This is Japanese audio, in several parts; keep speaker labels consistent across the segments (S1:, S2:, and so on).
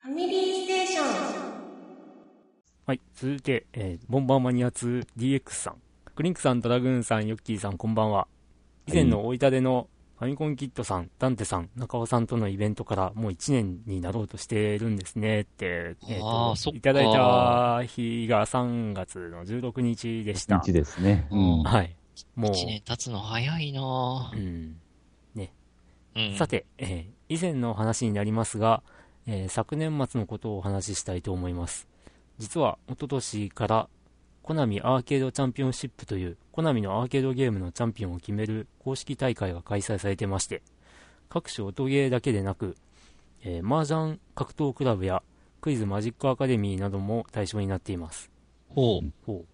S1: ファミリーステーション。
S2: はい、続いて、えーボンバーマニア 2DX さん。クリンクさん、ドラグーンさん、ヨッキーさん、こんばんは。以前の大分でのファミコンキットさん、ダンテさん、中尾さんとのイベントからもう1年になろうとしてるんですねって、えーと
S3: あーそっか
S2: いただいた日が3月の16日でした。
S4: 1ですね。
S3: うん
S2: はい。もう、
S3: 一年経つの早いなぁ
S2: うん、
S3: うん。
S2: さて、えー以前のお話になりますが、えー昨年末のことをお話ししたいと思います。実は、一昨年から、コナミアーケードチャンピオンシップという、コナミのアーケードゲームのチャンピオンを決める公式大会が開催されてまして、各種音ゲーだけでなく、えー、麻雀格闘クラブやクイズマジックアカデミーなども対象になっています。
S3: ほう。
S2: ほ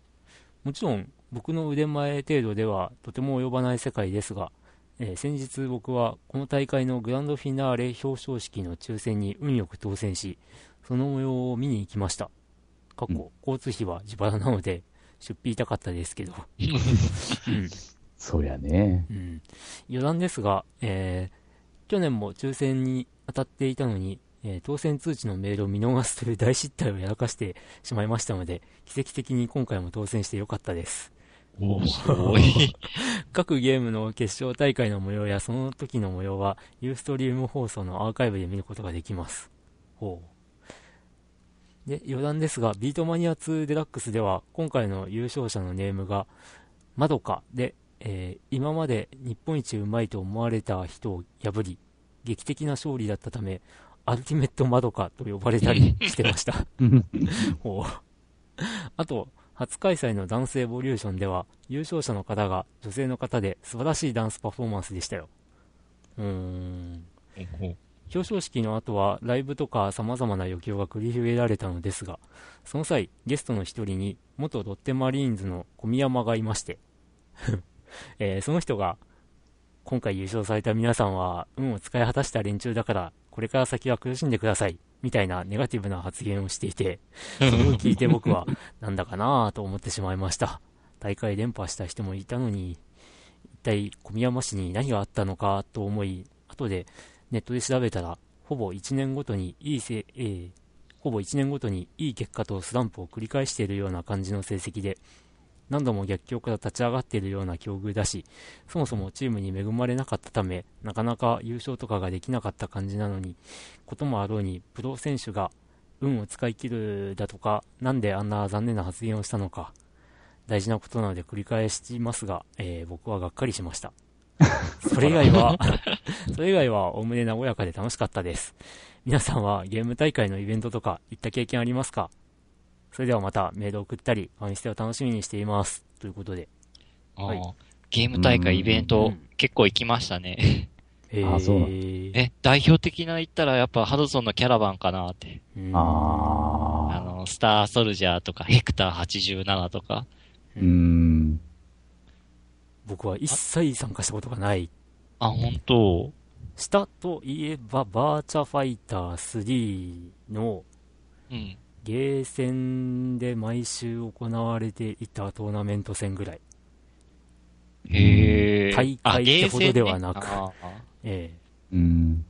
S2: うもちろん僕の腕前程度ではとても及ばない世界ですが、えー先日僕はこの大会のグランドフィナーレ表彰式の抽選に運よく当選しその模様を見に行きました過
S4: う
S2: 去交通費は自腹なので出費痛かったですけど、うん
S4: そりゃね。
S2: うん、余談ですが、えー去年も抽選に当たっていたのに、えー当選通知のメールを見逃すという大失態をやらかしてしまいましたので、奇跡的に今回も当選してよかったです。
S3: おすごい。
S2: 各ゲームの決勝大会の模様やその時の模様は、ユーストリーム放送のアーカイブで見ることができます。ほう。で、余談ですが、ビートマニア2デラックスでは、今回の優勝者のネームが、まどかで、えー今まで日本一うまいと思われた人を破り、劇的な勝利だったため、アルティメットまどかと呼ばれたりしてました。 ほうあと、初開催のダンスエボリューションでは、優勝者の方が女性の方で素晴らしいダンスパフォーマンスでしたよ。うーん。 表彰式の後はライブとか様々な余興が繰り広げられたのですが、その際、ゲストの一人に元ロッテマリーンズの小宮山がいまして、 えーその人が、今回優勝された皆さんは運を使い果たした連中だから、これから先は苦しんでください、みたいなネガティブな発言をしていて、それを聞いて僕は、なんだかなぁと思ってしまいました。大会連覇した人もいたのに、一体小宮山市に何があったのかと思い、後でネットで調べたら、ほぼ1年ごとにいいせ、えーほぼ1年ごとにいい結果とスランプを繰り返しているような感じの成績で、何度も逆境から立ち上がっているような境遇だし、そもそもチームに恵まれなかったため、なかなか優勝とかができなかった感じなのに、こともあろうにプロ選手が運を使い切るだとか、なんであんな残念な発言をしたのか、大事なことなので繰り返しますが、えー僕はがっかりしました。それ以外は、それ以外はおおむね和やかで楽しかったです。皆さんはゲーム大会のイベントとか行った経験ありますかそれではまたメールを送ったり、ファンステを楽しみにしています。ということで。
S3: あー
S2: はい
S3: ゲーム大会イベン
S2: う
S3: ト
S2: ん、
S3: 結構行きましたね。
S2: え
S4: あそうなん
S2: ー
S3: え、代表的な言ったらやっぱハドソンのキャラバンかなって。
S2: うん
S3: あ
S4: ああ。
S3: の、スターソルジャーとか、ヘクター87とか。
S4: うーん。
S2: 僕は一切参加したことがない
S3: あ、本当
S2: したといえば、バーチャファイター3の
S3: うん。
S2: ゲーセンで毎週行われていたトーナメント戦ぐらい。
S3: へえ。
S2: 大会
S3: あ
S2: ってほどではなく
S3: ゲーセンね
S2: ええ
S4: うん。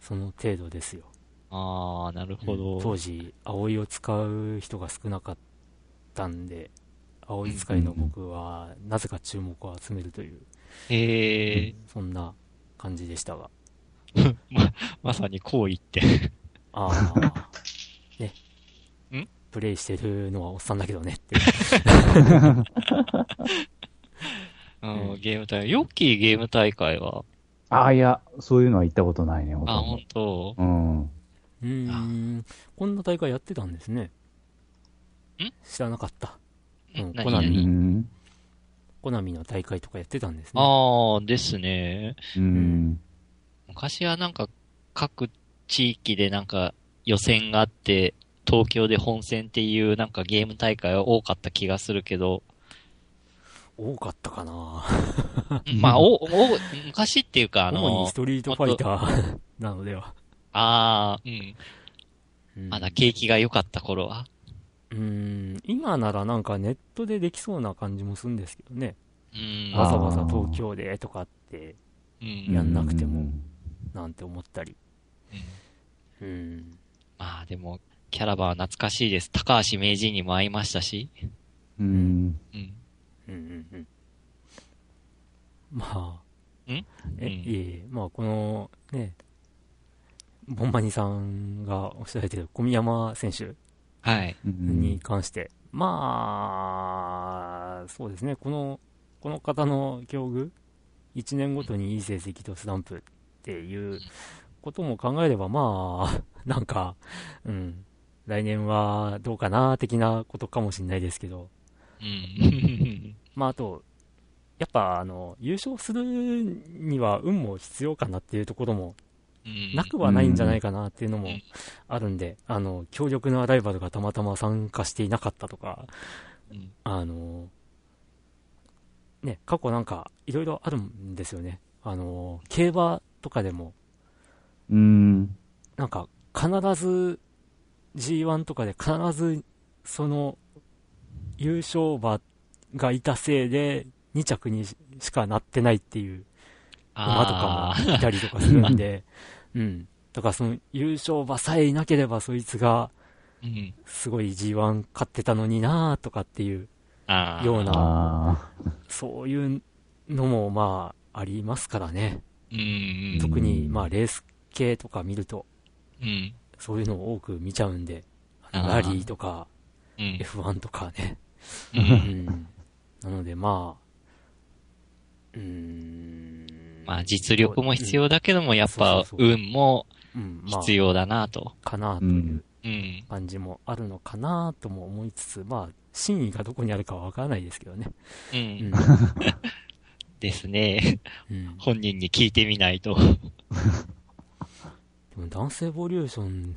S2: その程度ですよ。
S3: あーあー、なるほど。
S2: 当時、葵を使う人が少なかったんで、葵使いの僕は、なぜか注目を集めるという、
S3: へえ、
S2: そんな感じでしたが。
S3: まさにこう言って。
S2: あ あ。ね。
S3: ん
S2: プレイしてるのはおっさんだけどねって。
S3: うん、ゲーム大会。ヨッキーゲーム大会は
S4: ああ、いや、そういうのは行ったことないね、ほ
S3: あ、
S4: と
S3: 本
S4: ん
S3: 当
S4: ど。うん。
S2: うーん、こんな大会やってたんですね。
S3: ん
S2: 知らなかった。うん、
S3: 何
S2: コナ
S4: う
S2: ミ、
S4: ん。
S2: コナミの大会とかやってたんですね。
S3: ああ、ですね。
S4: うん。
S3: 昔はなんか、各地域でなんか、予選があって、東京で本戦っていうなんかゲーム大会は多かった気がするけ ど、
S2: 多かったかな
S3: まあ、お、お、昔っていうか、あ
S2: 主
S3: の
S2: にス、トリートファイター なのでは。
S3: ああ、うん。
S2: うん
S3: まだ景気が良かった頃は。
S2: うーん、今ならなんかネットでできそうな感じもするんですけどね。
S3: うん。
S4: あ
S2: わざわざ東京でとかって、
S3: う
S2: や
S3: ん。
S2: んなくても
S4: うん。
S2: なんて思ったり。うん。
S3: ああ、でも、キャラバンは懐かしいです。高橋名人にも会いましたし。
S4: うん。
S3: うん。
S2: うんうんうん。まあ。
S3: ん
S2: え、
S3: うん
S2: いえいえ、まあこの、ね、ボンバニさんがおっしゃられてる小宮山選手
S3: はい。
S4: うん
S2: に関して、まあ、そうですね、この、この方の境遇、1年ごとにいい成績とスランプっていうことも考えれば、まあ、なんか、うん、来年はどうかな、的なことかもしれないですけど、
S3: うん。
S2: まあ、あと、やっぱあの優勝するには運も必要かなっていうところも
S3: うん
S2: なくはないんじゃないかなっていうのも
S3: うん
S2: あるんで、あの強力なライバルがたまたま参加していなかったとか、
S3: うん
S2: あのね、過去なんかいろいろあるんですよね、あの競馬とかでも、
S4: うん。
S2: なんか必ず G1 とかで必ずその優勝馬がいたせいで2着にししかなってないっていう馬と
S3: あ
S2: か
S3: あ、
S2: もいたりとかするんで、うん。だからその優勝馬さえいなければそいつが
S3: うん。
S2: すごい G1 勝ってたのになーとかっていう、
S3: ああ。
S2: ような
S4: あ
S2: そういうのもまあありますからね。
S3: うんうん。
S2: 特にまあレース系とか見ると
S3: うん。
S2: そういうのを多く見ちゃうんで、あの
S3: あ
S2: ラ
S3: ー
S2: リーとか
S3: うん
S2: F1 とか ね。
S3: う。
S2: うんん。なのでまあ、うーん。
S3: まあ実力も必要だけども、やっ
S2: そ
S3: ぱ
S2: うそうそう
S3: 運も
S2: うん、まあ、
S3: 必要だなと。
S2: かな
S4: あ。
S2: と
S4: う。
S2: いうん
S3: うん。
S2: 感じもあるのかなとも思いつつ、まあ、真意がどこにあるかはわからないですけどね。
S3: う
S2: うんん。
S3: ですね。
S2: うん、
S3: 本人に聞いてみないと。
S2: でも、男性ボリューション、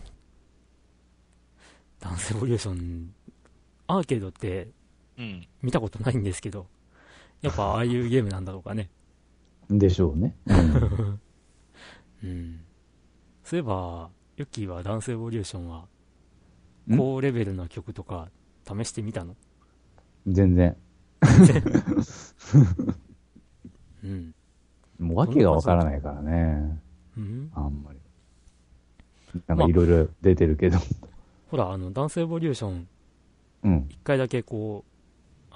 S2: 男性ボリューション、アーケードって
S3: うん。
S2: 見たことないんですけど、やっぱああ いうゲームなんだろうかね。
S4: でしょうね。
S2: うん。そういえば、ユッキーは男性ボリューションは、
S4: ん
S2: 高レベルな曲とか試してみたの
S4: 全然。
S2: うん。
S4: もう訳がわからないからね。
S2: うん
S4: あんまり。なんかいろいろ出てるけど。
S2: ほら、あの、男性ボリューション、
S4: うん。
S2: 一回だけこう、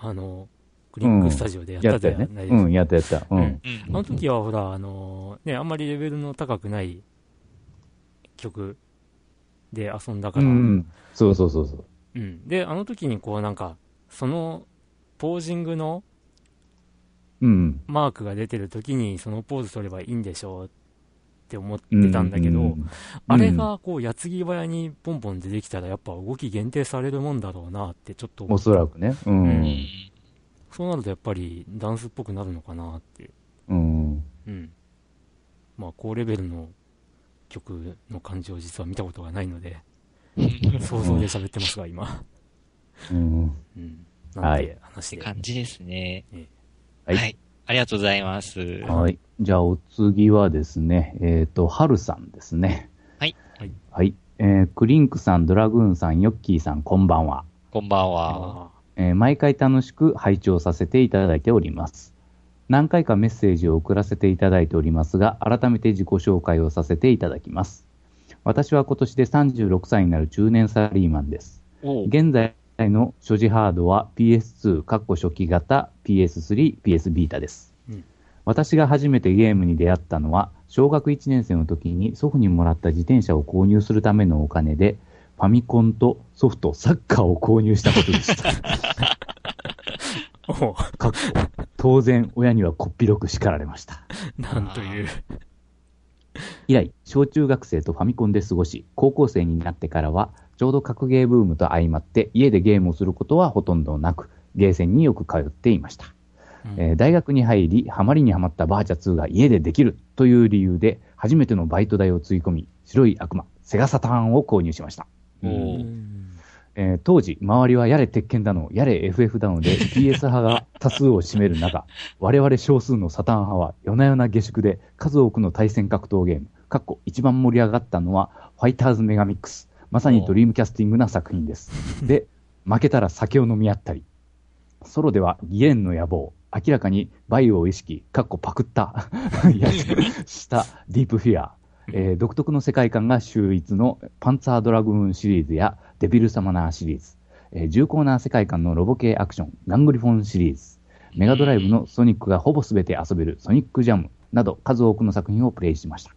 S2: あの、クリックスタジオでやっ
S4: や
S2: た
S4: った
S2: じ
S4: よ
S2: ゃないで
S4: ね。
S2: すか。
S4: うん、やったやった。うん。
S3: うん
S2: あの時はほら、あのね、あんまりレベルの高くない曲で遊んだか
S4: う
S2: ら、うん。
S4: ん。そうそうそうそう。
S2: で、あの時にこうなんか、その、ポージングの
S4: うん。
S2: マークが出てる時にそのポーズ取ればいいんでしょうって思ってたんだけど、
S4: ううん
S2: あれがこう、矢継ぎ早にポンポン出てきたらやっぱ動き限定されるもんだろうなってちょっと思
S4: お
S2: う、
S4: そらくね。う。
S3: うんん
S2: そうなるとやっぱりダンスっぽくなるのかなって
S4: うん。
S2: うん。まあ、高レベルの曲の感じを実は見たことがないので、想像で喋ってますが、今。
S4: うん。
S2: うん。なん
S4: はい
S2: て話で。
S3: 感じですね。
S4: はい
S3: はい。ありがとうございます。は
S4: はい。じゃあ、お次はですね、えっ、と、はるさんですね。
S3: い。
S4: はい。えー、クリンクさん、ドラグーンさん、ヨッキーさん、こんばんは。
S3: こんばんは。
S2: あ
S4: えー毎回楽しく拝聴させていただいております。何回かメッセージを送らせていただいておりますが、改めて自己紹介をさせていただきます。私は今年で36歳になる中年サラリーマンです。
S3: おう
S4: 現在の所持ハードは PS2、かっこ初期型、PS3、PS ビータです。
S2: うん
S4: 私が初めてゲームに出会ったのは、小学1年生の時に祖父にもらった自転車を購入するためのお金で、ファミコンとソフト、サッカーを購入したことでした。
S2: おう
S4: 当然、親にはこっぴどく叱られました。
S2: なんという。
S4: 以来、小中学生とファミコンで過ごし、高校生になってからは、ちょうど格ゲーブームと相まって、家でゲームをすることはほとんどなく、ゲーセンによく通っていました。えー大学に入り、ハマりにはまったバーチャ2が家でできるという理由で、初めてのバイト代をつぎ込み、白い悪魔、セガサターンを購入しました。
S3: お
S2: う
S3: うん
S4: えー当時、周りはやれ鉄拳だの、やれ FF だので、PS 派が多数を占める中、我々少数のサターン派は夜な夜な下宿で数多くの対戦格闘ゲーム、かっこ一番盛り上がったのは、ファイターズメガミックス。まさにドリームキャスティングな作品です。で、負けたら酒を飲み合ったり、ソロでは義援の野望、明らかにバイオを意識、かっこパクった、やつしたディープフィア、えー独特の世界観が秀逸のパンツァードラグーンシリーズやデビルサマナーシリーズ、えー重厚な世界観のロボ系アクション、ガングリフォンシリーズ、メガドライブのソニックがほぼ全て遊べるソニックジャムなど数多くの作品をプレイしました。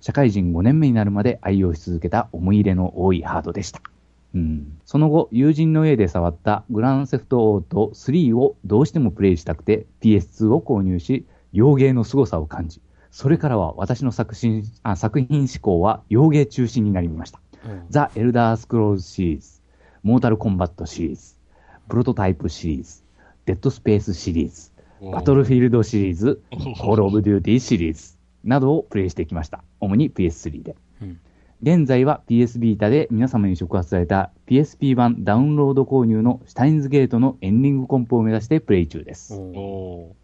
S4: 社会人5年目になるまで愛用し続けた思い入れの多いハードでした。うん、その後、友人の家で触ったグランセフトオート3をどうしてもプレイしたくて PS2 を購入し、洋芸の凄さを感じ、それからは私の作品あ作品志向は洋芸中心になりました。
S2: うん
S4: ザ・エルダースクロールズシリーズ、モータルコンバットシリーズ、プロトタイプシリーズ、デッドスペースシリーズ、バトルフィールドシリーズ、コールオブデューティーシリーズなどをプレイしてきました。主に PS3 で。
S2: うん
S4: 現在は PS ビータで皆様に触発された PSP 版ダウンロード購入のシュタインズゲートのエンディングコンプを目指してプレイ中です。
S2: おー
S3: お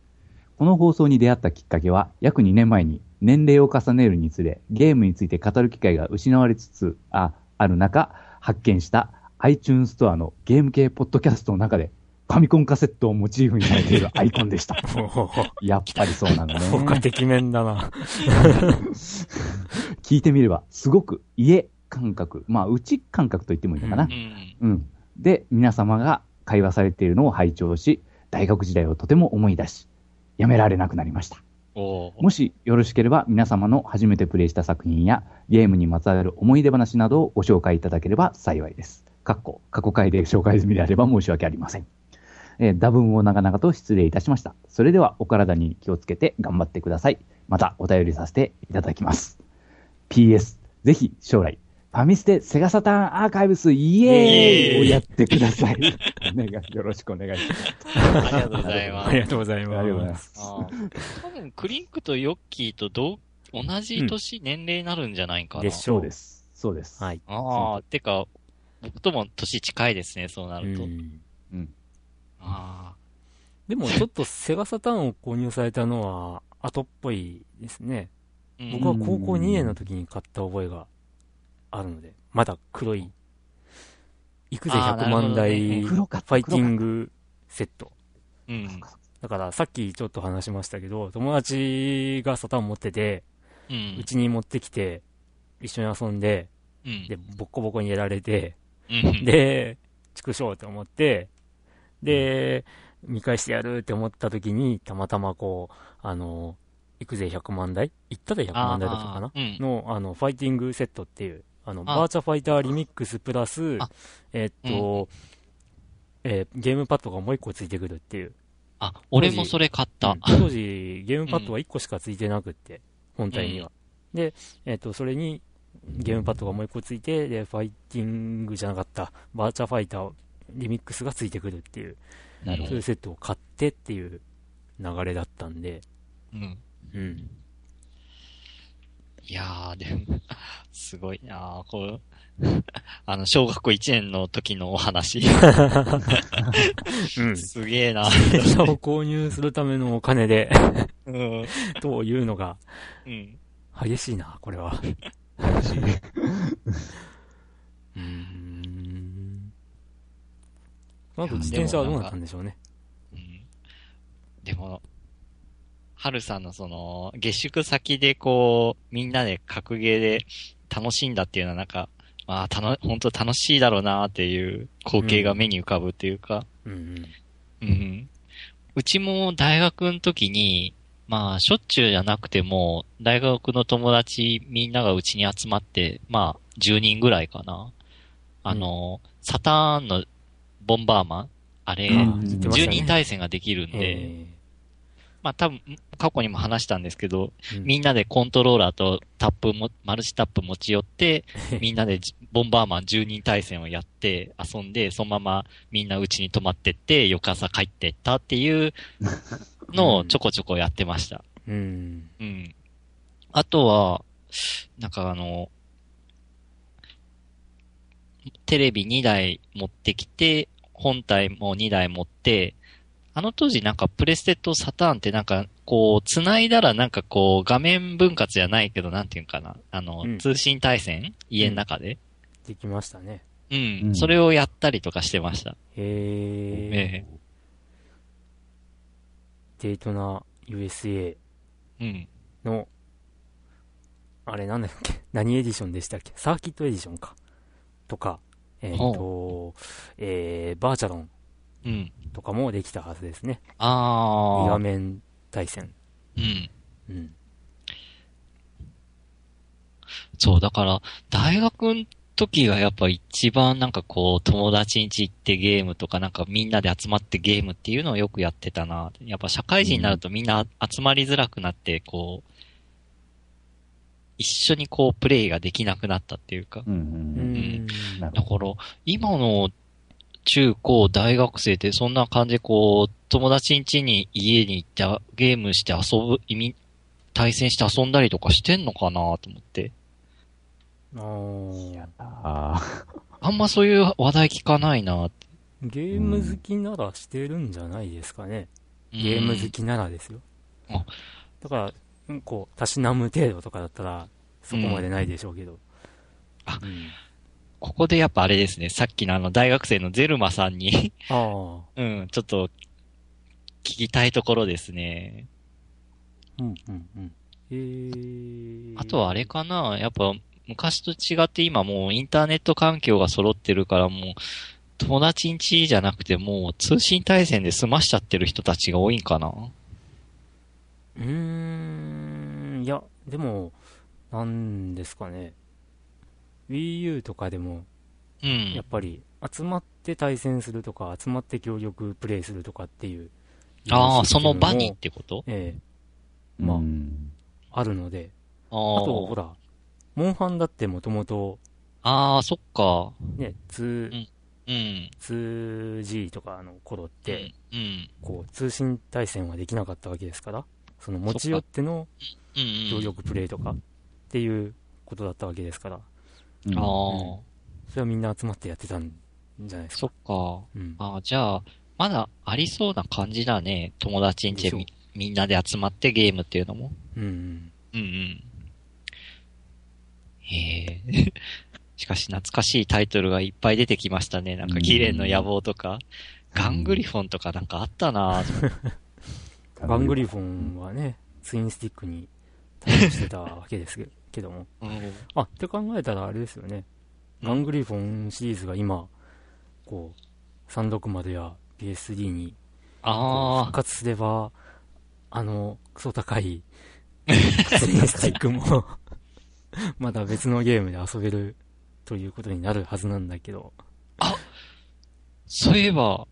S4: この放送に出会ったきっかけは約2年前に年齢を重ねるにつれゲームについて語る機会が失われつつあある中発見した iTunes ストアのゲーム系ポッドキャストの中でファミコンカセットをモチーフにされている アイコンでした。やっぱり そうなのね。
S2: 効果的面だな。
S4: 聞いてみれば、すごく家感覚、まあ、うち感覚と言ってもいいのかな
S3: ーう。ん。
S4: うん。で、皆様が会話されているのを拝聴し、大学時代をとても思い出し、やめられなくなりました。
S3: おー
S4: もしよろしければ、皆様の初めてプレイした作品や、ゲームにまつわる思い出話などをご紹介いただければ幸いです。かっこ、過去回で紹介済みであれば申し訳ありません。えー、打分を長々と失礼いたしました。それでは、お体に気をつけて頑張ってください。またお便りさせていただきます。PS、ぜひ将来、ファミステセガサターンアーカイブスイエーイをやってください。お願いよろしくお願いします。
S3: ありがとうございま
S2: あ
S3: す
S2: り。がとうございます。
S4: ありがとうございます。
S3: あー多分、クリンクとヨッキーと同、同じ年、年齢になるんじゃないかな。
S2: でし
S4: そ
S2: ょ
S4: うです。そうです。
S2: はい。
S3: ああ、てか、僕とも年近いですね、そうな
S2: う
S3: ると。
S2: ん
S3: あ
S2: でもちょっとセガサターンを購入されたのは後っぽいですね。
S3: あ。うん
S2: 僕は高校2年の時に買った覚えがあるので、まだ黒い。行くぜ
S3: あー
S2: 100万
S3: なる
S2: 台、
S3: ほどね
S2: フ
S4: 黒かった
S2: ァイティングセット。
S3: うん。
S2: だからさっきちょっと話しましたけど、友達がサターン持ってて、
S3: うん
S2: う。ちに持ってきて、一緒に遊んで、
S3: うん
S2: で、ボッコボコにやられて、
S3: うん、
S2: で、畜生って思って、で、見返してやるって思った時に、たまたまこう、あの、行くぜ100万台行ったで100
S3: あ
S2: 万台だったかな
S3: ーうん。
S2: の、あの、ファイティングセットっていう、あの、
S3: あ
S2: バーチャファイターリミックスプラス
S3: あ、
S2: えーっと、えーゲームパッドがもう一個ついてくるっていう。
S3: あ、俺もそれ買った。
S2: 当時、ゲームパッドは1個しかついてなくって、本体には。で、えっ、と、それに、ゲームパッドがもう1個ついて、で、ファイティングじゃなかった、バーチャファイター、リミックスがついてくるっていう、
S4: なる
S2: そういうセットを買ってっていう流れだったんで、
S3: うん。
S2: うん。
S3: いやー、でも、 すごいなー、こう、 あの、小学校1年の時の お話。
S2: うん。自
S3: すげえ な。
S2: 転車を購入するためのお金で、
S3: うん。
S2: というのが、
S3: うん。
S2: 激しいな、これは。 うーん。なんか自転車はどうなったんでしょうね。
S3: うんでも、はるさんのその、下宿先でこう、みんなで格ゲーで楽しんだっていうのはなんか、まあ、たの、本当楽しいだろうなっていう光景が目に浮かぶっていうか、
S2: うんうん。
S3: うん。うちも大学の時に、まあ、しょっちゅうじゃなくても、大学の友達みんながうちに集まって、まあ、10人ぐらいかな。あの、サターンのボンバーマンあれ、
S2: あ
S4: ー
S2: 言ってまし
S3: 10
S2: たね
S3: 人対戦ができるんで、
S2: え
S3: まあ多分、過去にも話したんですけど、
S2: え
S3: みんなでコントローラーとタップも、マルチタップ持ち寄 って、みんなでじボンバーマン10人対戦をやって遊んで、そのままみんなうちに泊まってって、翌朝帰ってったっていうのをちょこちょこやってました。
S2: うん。
S3: うん。あとは、なんかあの、テレビ2台持ってきて、本体も2台持って、あの当時なんかプレステとサターンってなんかこう、繋いだらなんかこう、画面分割じゃないけど、なんていうんかな。あの、
S2: うん
S3: 通信対戦家の中で、
S2: できましたね。
S3: うん、
S4: うん
S3: それをやったりとかしてました。
S2: へえ。
S3: え
S2: デートナ USA
S3: えうん。
S2: のあれなんだっけ 何エディションでしたっけサーキットエディションか。とか、えっ、と、えー、バーチャロン
S3: うん。
S2: とかもできたはずですね。2
S3: あ
S2: 画
S3: あ。
S2: 面対戦。
S3: うん。
S2: うん。
S3: そう、だから、大学の時がやっぱ一番なんかこう、友達に行ってゲームとか、なんかみんなで集まってゲームっていうのをよくやってたな。やっぱ社会人になるとみんな集まりづらくなって、こう、一緒にこう、プレイができなくなったっていうか。
S4: うん
S2: う
S4: うん
S2: ん。
S4: なる
S3: だから、今の中高大学生ってそんな感じでこう、友達ん家に家に行ってゲームして遊ぶ、意味、対戦して遊んだりとかしてんのかなと思って。
S2: あー
S4: ああ、
S3: あんまそういう話題聞かないな。
S2: ゲーム好きならしてるんじゃないですかね。ゲーム好きならですよ。
S3: うんあ
S2: だから、うんこう、たしなむ程度とかだったら、そこまでないでしょうけど。
S3: あ
S2: うん
S3: ここでやっぱあれですね、さっきのあの大学生のゼルマさんに、
S2: ああ。
S3: うん、ちょっと、聞きたいところですね。
S2: うんうんうん。えー、
S3: あとはあれかな、やっぱ昔と違って今もうインターネット環境が揃ってるからもう、友達ん家じゃなくてもう通信対戦で済ましちゃってる人たちが多いんかな。
S2: うーん、いや、でも、なんですかね。Wii U とかでも、
S3: う
S2: やっ
S3: ん。
S2: ぱり、集まって対戦するとか、集まって協力プレイするとかっていう。
S3: ああ、
S2: いうシス
S3: そ
S2: テムも
S3: の場にっ。てこと
S2: ええ
S4: まあ、
S2: あるので。
S3: あ
S2: あ
S3: ー
S2: と、ほら、モンハンだってもともと、
S3: あー、そっか。
S2: ね、2、
S3: んうん。
S2: 2G とかの頃って、
S3: うん、うん。
S2: こう、通信対戦はできなかったわけですから、その持ち寄っての
S3: うん、うん。
S2: 協力プレイとかっていうことだったわけですから、
S4: うん
S3: ああ、
S2: うんそれはみんな集まってやってたんじゃないです
S3: そ
S2: か。
S3: っか。
S2: うん。
S3: あじゃあ、まだありそうな感じだね。友達んちみ
S2: で
S3: みんなで集まってゲームっていうのも。
S2: うんうん。
S3: うんうん。へえ。 しかし懐かしいタイトルがいっぱい出てきましたね。なんか、ギレンの野望とか、ガングリフォンとかなんかあったなぁ
S2: ガングリフォンはね、ツインスティックに対応してたわけですけども。
S3: うん
S2: あ、って考えたらあれですよね。ガングリフォンシリーズが今、こう、360や PSD にこう
S3: あ
S2: 復活すれば、あの、クソ高 い、ツインスティックも、 まだ別のゲームで遊べるということになるはずなんだけど。
S3: そういえば、
S2: うん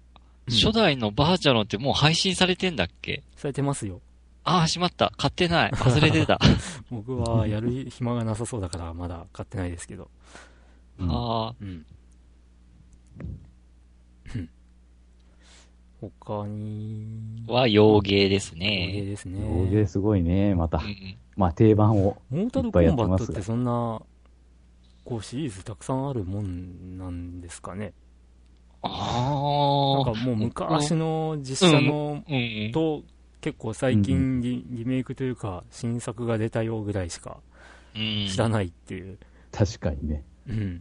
S3: 初代のバーチャロンってもう配信されてんだっけ
S2: されてますよ。
S3: ああ、しまった。買ってない。忘れて た。
S2: 僕はやる暇がなさそうだからまだ買ってないですけど。
S4: うん
S3: ああ、
S2: うん。他に、
S3: は洋芸です
S2: 大芸
S3: ね。
S2: ですね。
S4: 大勢すごいね、また
S3: うんう。ん
S4: まあ、定番を。
S2: モータルコンバットってそんな、こうシリーズたくさんあるもんなんですかね。
S3: あ
S2: なん
S3: あ
S2: か、もう昔の実写の
S3: うんうん。
S2: と結構最近リリメイクというか新作が出たよぐらいしか
S3: うん
S2: 知らないっていう。
S4: 確かにね。
S2: うん。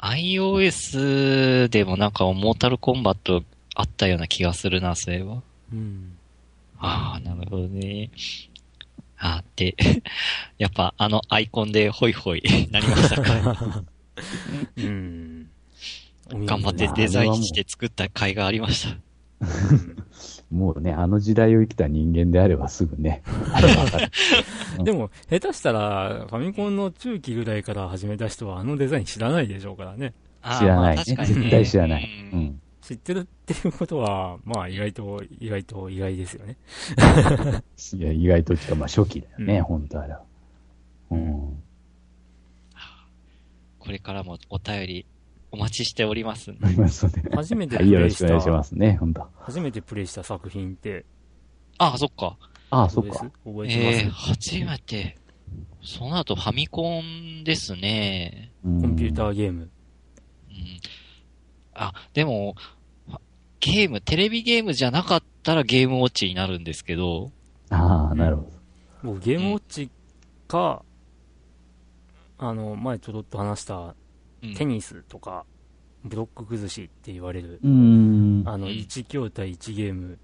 S3: iOS でもなんかモータルコンバットあったような気がするな、そういえば。
S2: うん。
S3: ああ、なるほどね。ああ、で、 やっぱあのアイコンでホイホイ なりましたか。
S2: うん。
S3: 頑張って
S4: ね
S3: デザインして作った甲斐がありました。
S4: もうね、あの時代を生きた人間であればすぐね。あれわかる
S2: でも、下手したら、ファミコンの中期ぐらいから始めた人は、あのデザイン知らないでしょうからね。
S3: ああ
S4: 知らないね。
S3: まあ確かに
S4: 絶対知らない。う
S3: うん
S4: ん。
S2: 知ってるっていうことは、まあ、意外と、意外と意外ですよね。
S4: いや、意外とっていうか、まあ、初期だよ
S2: う
S4: ね、
S2: ん
S4: 本当あれは。うん。
S3: これからもお便りお待ちしております。
S4: ありますね。
S2: 初めて
S4: は
S2: プ
S4: い、よ
S2: レ
S4: ろ
S2: イ
S4: し
S2: し、
S4: くお願いしたますね、本当。
S2: 初めてプレイした作品って、
S3: ああ、そっか。
S4: ああ、
S2: ど
S4: そうっ
S2: です
S4: か
S2: 覚。え
S3: ええ
S2: て
S3: ー、
S2: ます
S3: 初めて。その後ファミコンですね。
S4: コ
S2: コンピュータ
S4: ー。
S2: ーゲーム。
S3: うんあ、でも、あゲーム、テレビゲームじゃなかったらゲームウォッチになるんですけど、
S4: ああ、なるほど。
S2: 僕、ゲームウォッチか、あの、前ちょろっと話した、
S3: うん
S2: テニスとか、ブロック崩しって言われる、
S4: うーん。
S2: あの、
S3: うん
S2: 1筐体1ゲーム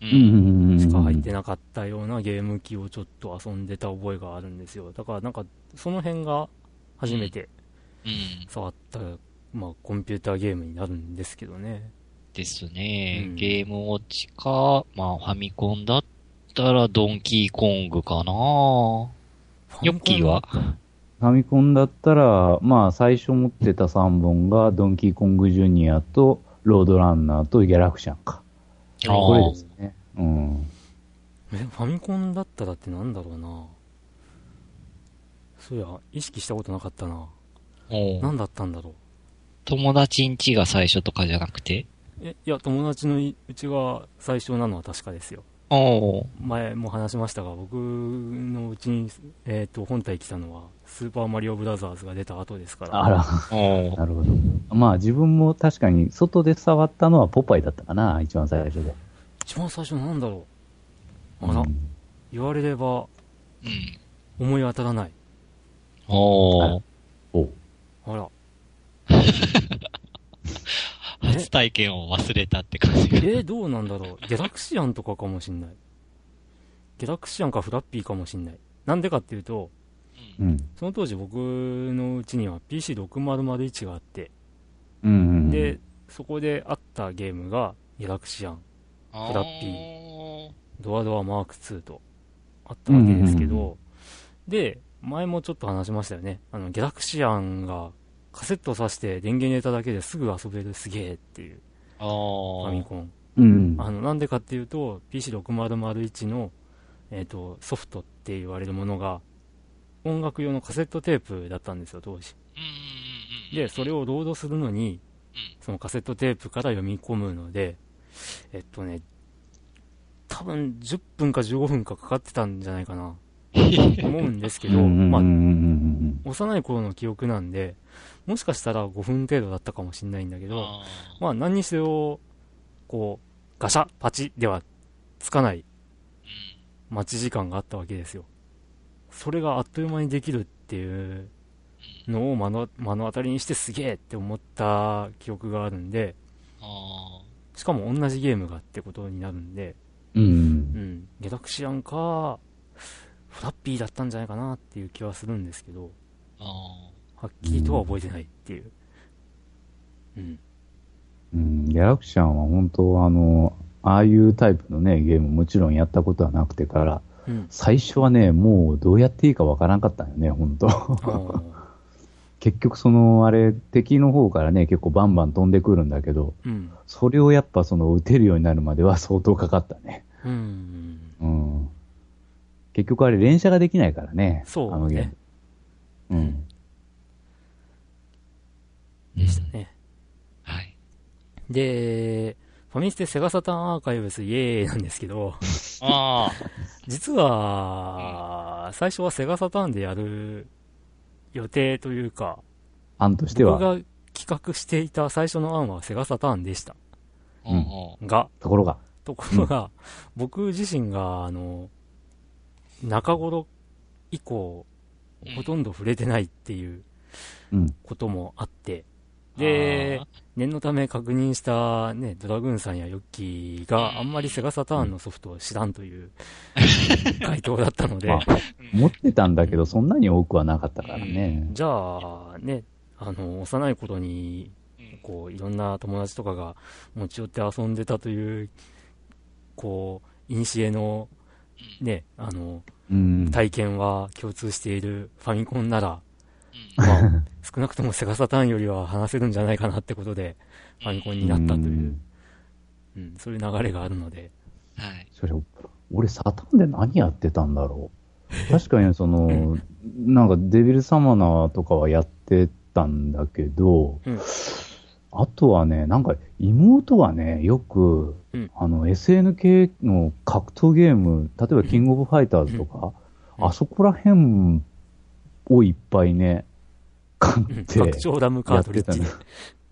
S3: う
S4: う
S3: う
S4: ん
S3: ん。
S4: うんうん。
S2: しか入ってなかったようなゲーム機をちょっと遊んでた覚えがあるんですよ。だからなんか、その辺が初めて
S3: うん。
S2: 触った、まあコンピューターゲームになるんですけどね。
S3: ですね。
S2: うん
S3: ゲームウォッチか、まあファミコンだったらドンキーコングかなヨッキーは
S4: ファミコンだったら、まあ、最初持ってた3本が、ドンキーコングジュニアと、ロードランナーとギャラクシャンか。
S3: ああ
S4: これですね。うん。
S2: えファミコンだったらってなんだろうなそういや意識したことなかったな
S3: おう
S2: 何だったんだろう
S3: 友達ん家が最初とかじゃなくて
S2: えいや友達のいうちが最初なのは確かですよ
S3: おう
S2: 前も話しましたが僕のうちに、えー、と本体来たのは「スーパーマリオブラザーズ」が出た後ですから
S4: あら、
S3: おう
S4: なるほど。まあ、自分も確かに、外で触ったのはポパイだったかな、一番最初で。
S2: 一番最初なんだろうあら、
S4: うん
S2: 言われれば
S3: うん。
S2: 思い当たらない
S3: おう
S4: お
S2: あらえ
S3: 初体験を忘れたって感じ
S2: え
S3: が。
S2: ー、どうなんだろう。ギャラクシアンとかかもしんない。ギャラクシアンかフラッピーかもしんない。なんでかっていうと、
S4: うん。
S2: その当時僕のうちには PC6001 があって、
S4: うんうん。
S2: で、、そこであったゲームが、ギャラクシアン、
S3: あー
S2: フラッピドアドアマーク2とあったわけですけど、
S4: うんうん
S2: で、前もちょっと話しましたよね。あの、ギャラクシアンがカセット挿して電源入れただけですぐ遊べるすげえっていう、
S3: あ
S2: フ
S3: ー
S2: ァミコン。
S4: うん。
S2: あの、なんでかっていうと、PC6001 の、えっ、と、ソフトって言われるものが、音楽用のカセットテープだったんですよ、当時。
S3: うんうんうん
S2: で、それをロードするのに、そのカセットテープから読み込むので、えっとね、多分10分か15分かかかってたんじゃないかな、思うんですけど、
S4: うんうんうんうん
S2: まあ
S4: う、ん
S2: 幼い頃の記憶なんで、もしかしたら5分程度だったかもしれないんだけど、
S3: あ
S2: まあ何にせよ、こう、ガシャ、パチではつかない待ち時間があったわけですよ。それがあっという間にできるっていうのを目の目の当たりにしてすげえって思った記憶があるんで、
S3: ーあ
S2: しかも同じゲームがってことになるんで、
S4: うん。うん
S2: う。ん、ギャラクシアンか、フラッピーだったんじゃないかなっていう気はするんですけど、
S3: ーあ
S2: はっきりとは覚えてないっていう。うん。
S4: うんギャラクシャンは本当、あの、ああいうタイプのね、ゲームもちろんやったことはなくてから、
S2: うん。
S4: 最初はね、もうどうやっていいかわからんかったんよね、本当。
S2: あー
S4: 結局その、あれ、敵の方からね、結構バンバン飛んでくるんだけど、
S2: うん。
S4: それをやっぱその、撃てるようになるまでは相当かかったね。
S2: うん。
S4: うん。結局あれ、連射ができないからね。
S2: そうね
S4: あのゲーム。うん。
S3: ーでした
S2: ね。
S3: はい。
S2: で、ファミステセガサターンアーカイブスイエーイなんですけど、
S3: あ
S2: 実は、最初はセガサターンでやる予定というか、
S4: 案として
S2: 僕
S4: は、
S2: が企画していた最初の案はセガサターンでした。
S3: あ。うん。
S2: が、
S4: ところが。
S2: ところが、僕自身が、あの、中頃以降、ほとんど触れてないっていう
S4: うん。
S2: こともあって、で
S3: あー、
S2: 念のため確認した、ね、ドラグーンさんやヨッキーがあんまりセガサターンのソフトを知らんという回答だったので
S4: ま、あ、持ってたんだけど、そんなに多くはなかったからね。
S2: じゃあ、ね、あの、幼い頃に、こう、いろんな友達とかが持ち寄って遊んでたという、こう、いにしえの、ね、あの、
S4: うん。
S2: 体験は共通しているファミコンなら、
S3: うん
S2: まあ、少なくともセガサターンよりは話せるんじゃないかなってことで、ファミコンになったという、うん、そういう流れがあるので、
S3: はい。
S4: しかし、俺、サタンで何やってたんだろう。確かに、その、なんか、デビルサマナーとかはやってたんだけど、
S2: うん
S4: あとはね、なんか、妹がね、よく、
S2: うん
S4: あの、SNK の格闘ゲーム、例えば、キングオブファイターズとか、
S2: うん
S4: あそこら辺をいっぱいね、買っ
S2: うん
S4: て、
S2: 拡張ダムカ
S4: や
S2: ー
S4: っ
S2: トリ
S4: て
S2: ッ
S4: た
S2: ジ
S4: ね
S2: で。。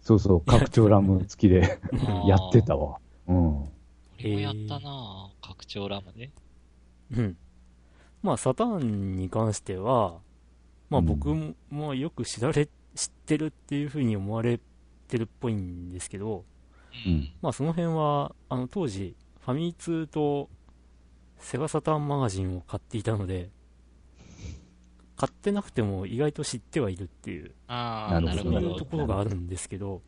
S4: そうそう、拡張ラム付きでやってたわ。うん。
S3: 俺もやったなぁ拡張ラムで。
S2: うん。まあ、サターンに関しては、まあ
S4: うん
S2: 僕も、まあよく知られ、知ってるっていうふうに思われてるっぽいんですけど、
S4: うん
S2: まあその辺は、あの当時、ファミ通とセガサターンマガジンを買っていたので、買ってなくても意外と知ってはいるっていう、
S3: あ
S4: な
S3: あ、
S4: る
S3: な
S4: ほど
S3: る
S2: そ
S3: ほ
S2: う
S3: ど。
S2: いうところがあるんですけど、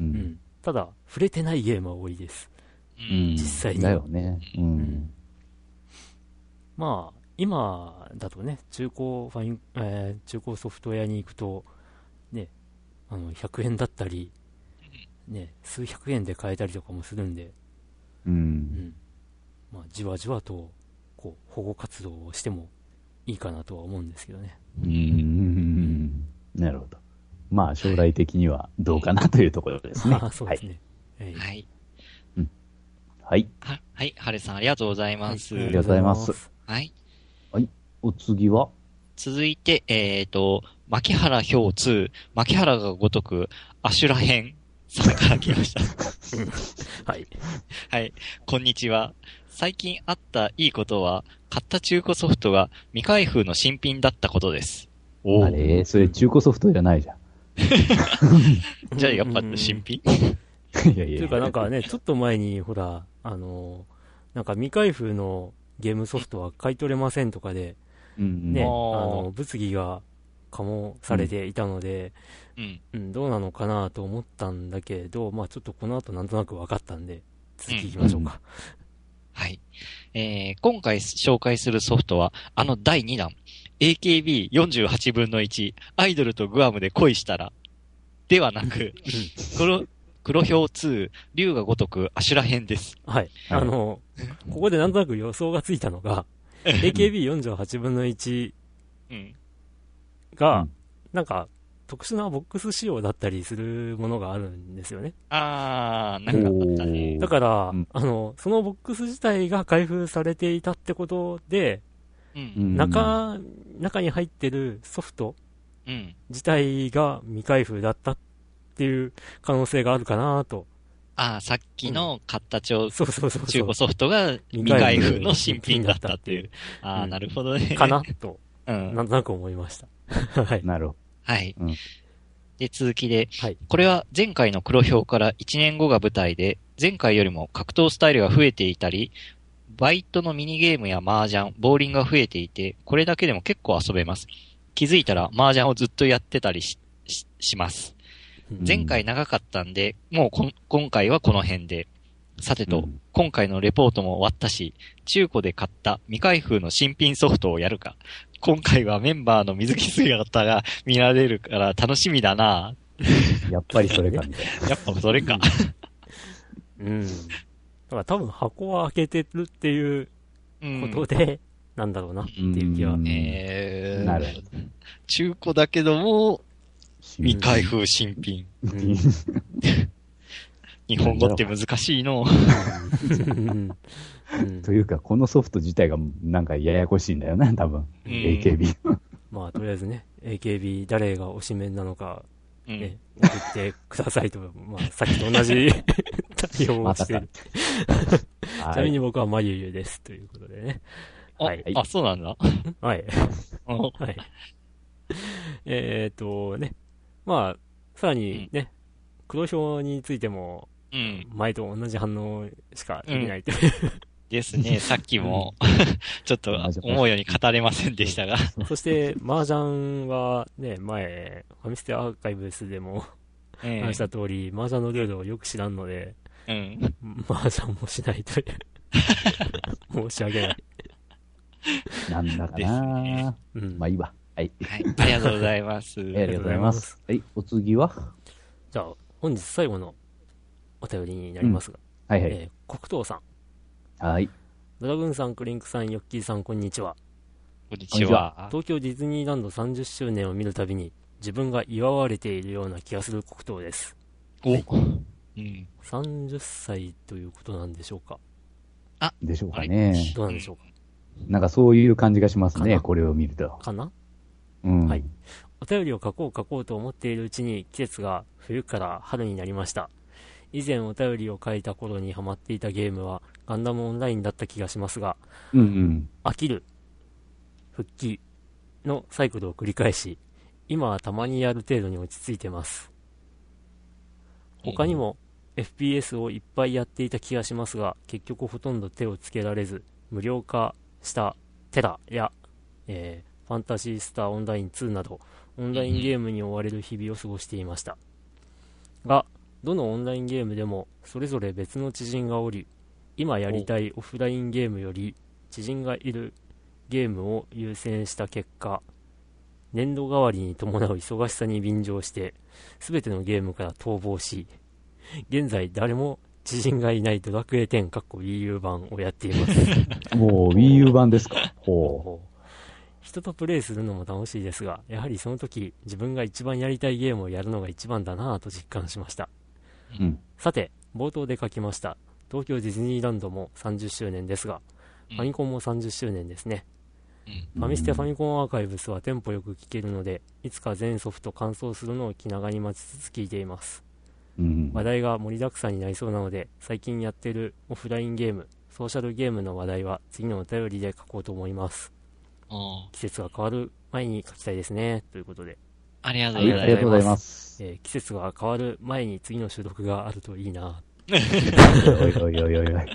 S4: う。
S2: うんん。ただ、触れてないゲームは多いです。
S3: う
S4: うんん。
S2: 実際に
S4: だよね。う
S2: うんん。まあ、今だとね、中古ファイン、えー中古ソフトウェアに行くと、ね、あの、100円だったり、ね、数百円で買えたりとかもするんで、う
S4: う。
S2: んん。まあ、じわじわと、こう、保護活動をしてもいいかなとは思うんですけどね。
S4: うんうん。なるほど。まあ、将来的にはどうかなというところですね。
S2: ああ、 そうです
S4: はい。
S2: ね。ええ
S3: はい。
S4: はい。
S3: は、はい、ハレさんありがとうございます。
S4: りがとうございます
S3: はい。
S4: お次は
S3: 続いて、えっ、と、牧原表2、牧原がごとく、アシュラ編さんから来ました。
S2: はい。
S3: はい、こんにちは。最近あったいいことは、買った中古ソフトが未開封の新品だったことです。お
S4: あれそれ中古ソフトじゃ ないじゃ
S3: じゃあやっぱ
S2: うん
S3: 新品
S4: ん。いやい
S2: というかなんかね、ちょっと前に、ほら、あの、なんか未開封のゲームソフトは買い取れませんとかで、
S4: うん
S2: ね、あ
S3: あー
S2: の、物議がかもされていたので、
S3: うん。
S2: うん、どうなのかなと思ったんだけど、まあちょっとこの後なんとなく分かったんで、続き行きましょうか。
S3: はい。えー今回紹介するソフトは、あの第2弾、AKB48 分の1、アイドルとグアムで恋したら、ではなく、黒、黒表2、竜が如く、アシュラ編です。
S2: はい。
S4: はい
S2: あの、ここでなんとなく予想がついたのが、AKB48 分の1
S3: うん。
S2: が、
S4: うん
S2: なんか、特殊なボックス仕様だったりするものがあるんですよね。
S3: あー、なんかあったね。
S2: だから、
S4: うん
S2: あの、そのボックス自体が開封されていたってことで、
S3: うん。
S2: 中、中に入ってるソフト
S3: うん。
S2: 自体が未開封だったっていう可能性があるかなと。
S3: あー、さっきの買った中
S2: そうそうそうそ
S3: 中
S2: う
S3: 古。ソフトが未開封の新品だったっていう。あ
S2: う
S3: ー、
S2: ん
S3: なるほどね。
S2: かなと、
S3: うん。
S2: なんとなく思いました。 はい。
S4: なるほ
S3: はい。
S4: うん
S3: で、続きで、
S2: はい
S3: これは前回の黒表から1年後が舞台で、前回よりも格闘スタイルが増えていたり、バイトのミニゲームや麻雀、ボーリングが増えていて、これだけでも結構遊べます。気づいたら麻雀をずっとやってたりし、しします。
S2: うん
S3: 前回長かったんで、もうこん今回はこの辺で。さてと、
S4: うん
S3: 今回のレポートも終わったし、中古で買った未開封の新品ソフトをやるか。今回はメンバーの水着姿が見られるから楽しみだな。
S4: ど。やっぱりそれかみたい
S3: やっぱそれか。
S2: うん。だから多分箱は開けてるっていう
S3: う
S2: こ
S3: ん
S2: とで、なんだろうなっていう気は。
S4: うん
S3: えー、
S4: なるほど
S3: 中古だけども、未
S4: な。
S3: 開封新品。
S2: うん
S3: 日本語って難しいの。
S2: うんうん
S4: というか、このソフト自体がなんかややこしいんだよな、多分。
S3: うん
S4: AKB。
S2: まあ、とりあえずね、AKB 誰が推しメンなのか、
S3: う
S2: ね送
S3: ん。、
S2: ってくださいと、まあ、さっきと同じ 対応をしてる。
S4: はい
S2: ちなみに僕はまゆゆです、ということでね。
S3: あ、
S2: はい
S3: あ、そうなんだ。
S2: はい。
S3: お
S2: はい。えっとね、まあ、さらにね、黒表についても、
S3: うん。
S2: 前と同じ反応しかできないという。
S3: で すね、さっきも、ちょっと思うように語れませんで したが。
S2: そして、麻雀はね、前、ファミステアーカイブスでも
S3: え
S2: 話した通り、麻雀のルールをよく知らんので、
S3: えうん。
S2: 麻雀もしないという。申し訳ない。
S4: なんだか
S3: です
S4: な
S3: ね。
S2: うん。
S4: まあいいわ。はい。
S3: はい。ありがとうございます。
S4: ありがとうございます。はい。お次は
S2: じゃあ、本日最後のお便りになりますが、
S4: はいはい。
S2: えー黒糖さん、
S4: はい。
S2: ドラグーンさん、クリンクさん、ヨッキーさん、こんにちは。
S3: こんにちは。
S2: 東京ディズニーランド30周年を見るたびに、自分が祝われているような気がする黒糖です。
S3: お、うん。
S2: 30歳ということなんでしょうか
S4: でしょうかね。
S2: どうなんでしょうか、
S4: なんかそういう感じがします
S2: か
S4: ね、
S2: な
S4: これを見ると。
S2: かな
S4: うん。
S2: はいお便りを書こう書こうと思っているうちに季節が冬から春になりました。以前お便りを書いた頃にハマっていたゲームはガンダムオンラインだった気がしますが、
S4: うんうん。
S2: 飽きる、復帰のサイクルを繰り返し、今はたまにやる程度に落ち着いてます。他にも、 FPS をいっぱいやっていた気がしますが、結局ほとんど手をつけられず、無料化したテラや、えーファンタシースターオンライン2など、オンラインゲームに追われる日々を過ごしていました。が、どのオンラインゲームでも、それぞれ別の知人がおり、今やりたいオフラインゲームより、知人がいるゲームを優先した結果、年度代わりに伴う忙しさに便乗して、すべてのゲームから逃亡し、現在誰も知人がいないドラクエ10かっこ EU 版をやっています。
S4: もう Wii U 版ですか。ほ
S2: 人とプレイするのも楽しいですが、やはりその時、自分が一番やりたいゲームをやるのが一番だなぁと実感しました。
S4: う。うん。
S2: さて、冒頭で書きました。東京ディズニーランドも30周年ですが、
S3: うん
S2: ファミコンも30周年ですね。
S3: うん。
S2: ファミステファミコンアーカイブスはテンポよく聴けるので、いつか全ソフト完走するのを気長に待ちつつ聞いています。
S4: うん。
S2: 話題が盛りだくさんになりそうなので、最近やってるオフラインゲーム、ソーシャルゲームの話題は次のお便りで書こうと思います。
S3: あ
S2: 季節が変わる前に書きたいですね。ということで、
S3: ありがと
S4: は
S3: うご
S4: い、
S3: ざ
S4: あ
S3: い
S4: りが
S3: ます。
S4: とうございます。
S2: えー季節が変わる前に次の収録があるといいな。
S4: おいおいおいおいおい。
S2: はい。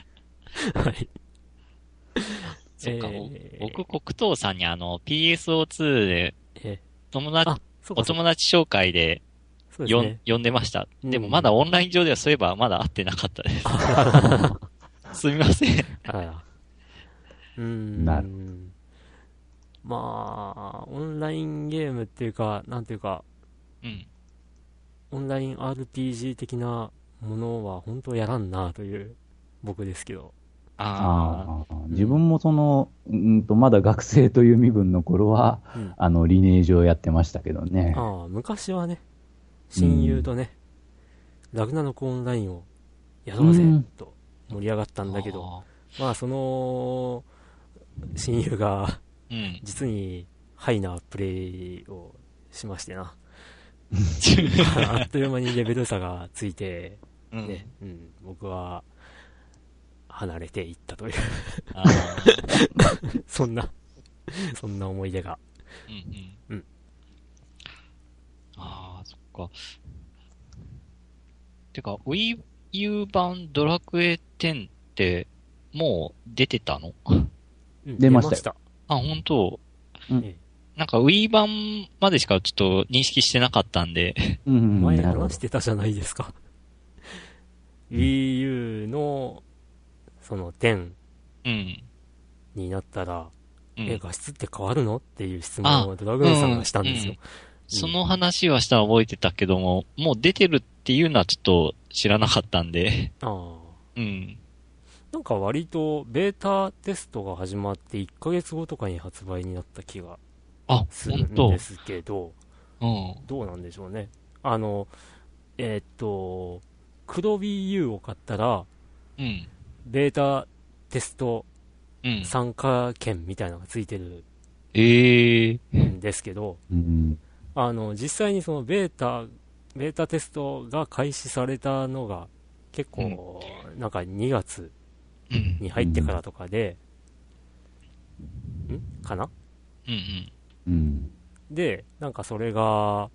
S3: そっか、
S2: え
S3: 僕
S2: ー
S3: 僕、黒糖さんにあの、PSO2 で
S2: えー
S3: 友達、
S2: そう
S3: お
S2: か、そう
S3: 友達紹介で
S2: そうです
S3: よん、
S2: ね。
S3: 呼んでました。
S2: うん
S3: でもまだオンライン上ではそういえばまだ会ってなかった です。すみません。
S2: あら。うーん。
S4: なる
S2: まあ、オンラインゲームっていうか、なんていうか、
S3: うん。
S2: オンライン RPG 的なものは本当やらんなという僕ですけど。
S3: ああ。
S4: ああ、自分もその、うんと、まだ学生という身分の頃は、
S2: うん
S4: あの、リネージをやってましたけどね。
S2: ああ、昔はね、親友とね、ラグナノクオンラインをやろうぜ
S4: うん、
S2: と盛り上がったんだけど、
S3: あ
S2: まあその、親友が
S3: ー。うん。
S2: 実にハイなプレイをしまして な。あっという間にレベル差がついて、
S3: うん
S2: ね、うん、僕は、離れていったという、
S3: あー
S2: そんな、そんな思い出が。
S3: うん
S2: う
S3: うんん。ああ、そっか。てか、Wii U 版ドラクエ10って、もう出てたの
S2: うん
S4: 出ましたよ
S2: た。
S3: あ、本当
S4: うん
S2: え
S3: なんか Wii 版までしかちょっと認識してなかったんで。
S4: うんうん、
S2: 前
S4: なるほ
S2: 話
S4: ど
S2: し。てたじゃないですか。Wii U の、その10
S3: うん。
S2: になったら、
S3: うん
S2: え、画質って変わるのっていう質問をドラグーンさんがしたんですよ。
S3: その話はしたら覚えてたけども、もう出てるっていうのはちょっと知らなかったんで。
S2: ああ。
S3: うん。
S2: なんか割と、ベータテストが始まって1ヶ月後とかに発売になった気が
S3: あ、
S2: する
S3: 本
S2: ん
S3: 当
S2: で。すけど、
S3: うん。
S2: どうなんでしょうね。あの、えーっと、黒 BU を買ったら、
S3: うん。
S2: ベータテスト
S3: うん。
S2: 参加券みたいなのがついてる
S3: ええ
S2: んですけど、
S4: うん
S2: あの、実際にそのベータ、ベータテストが開始されたのが、結構、なんか2月
S3: うん。
S2: に入ってからとかで、んかな
S3: うんうん。
S4: うん。うん。
S2: で、なんかそれが、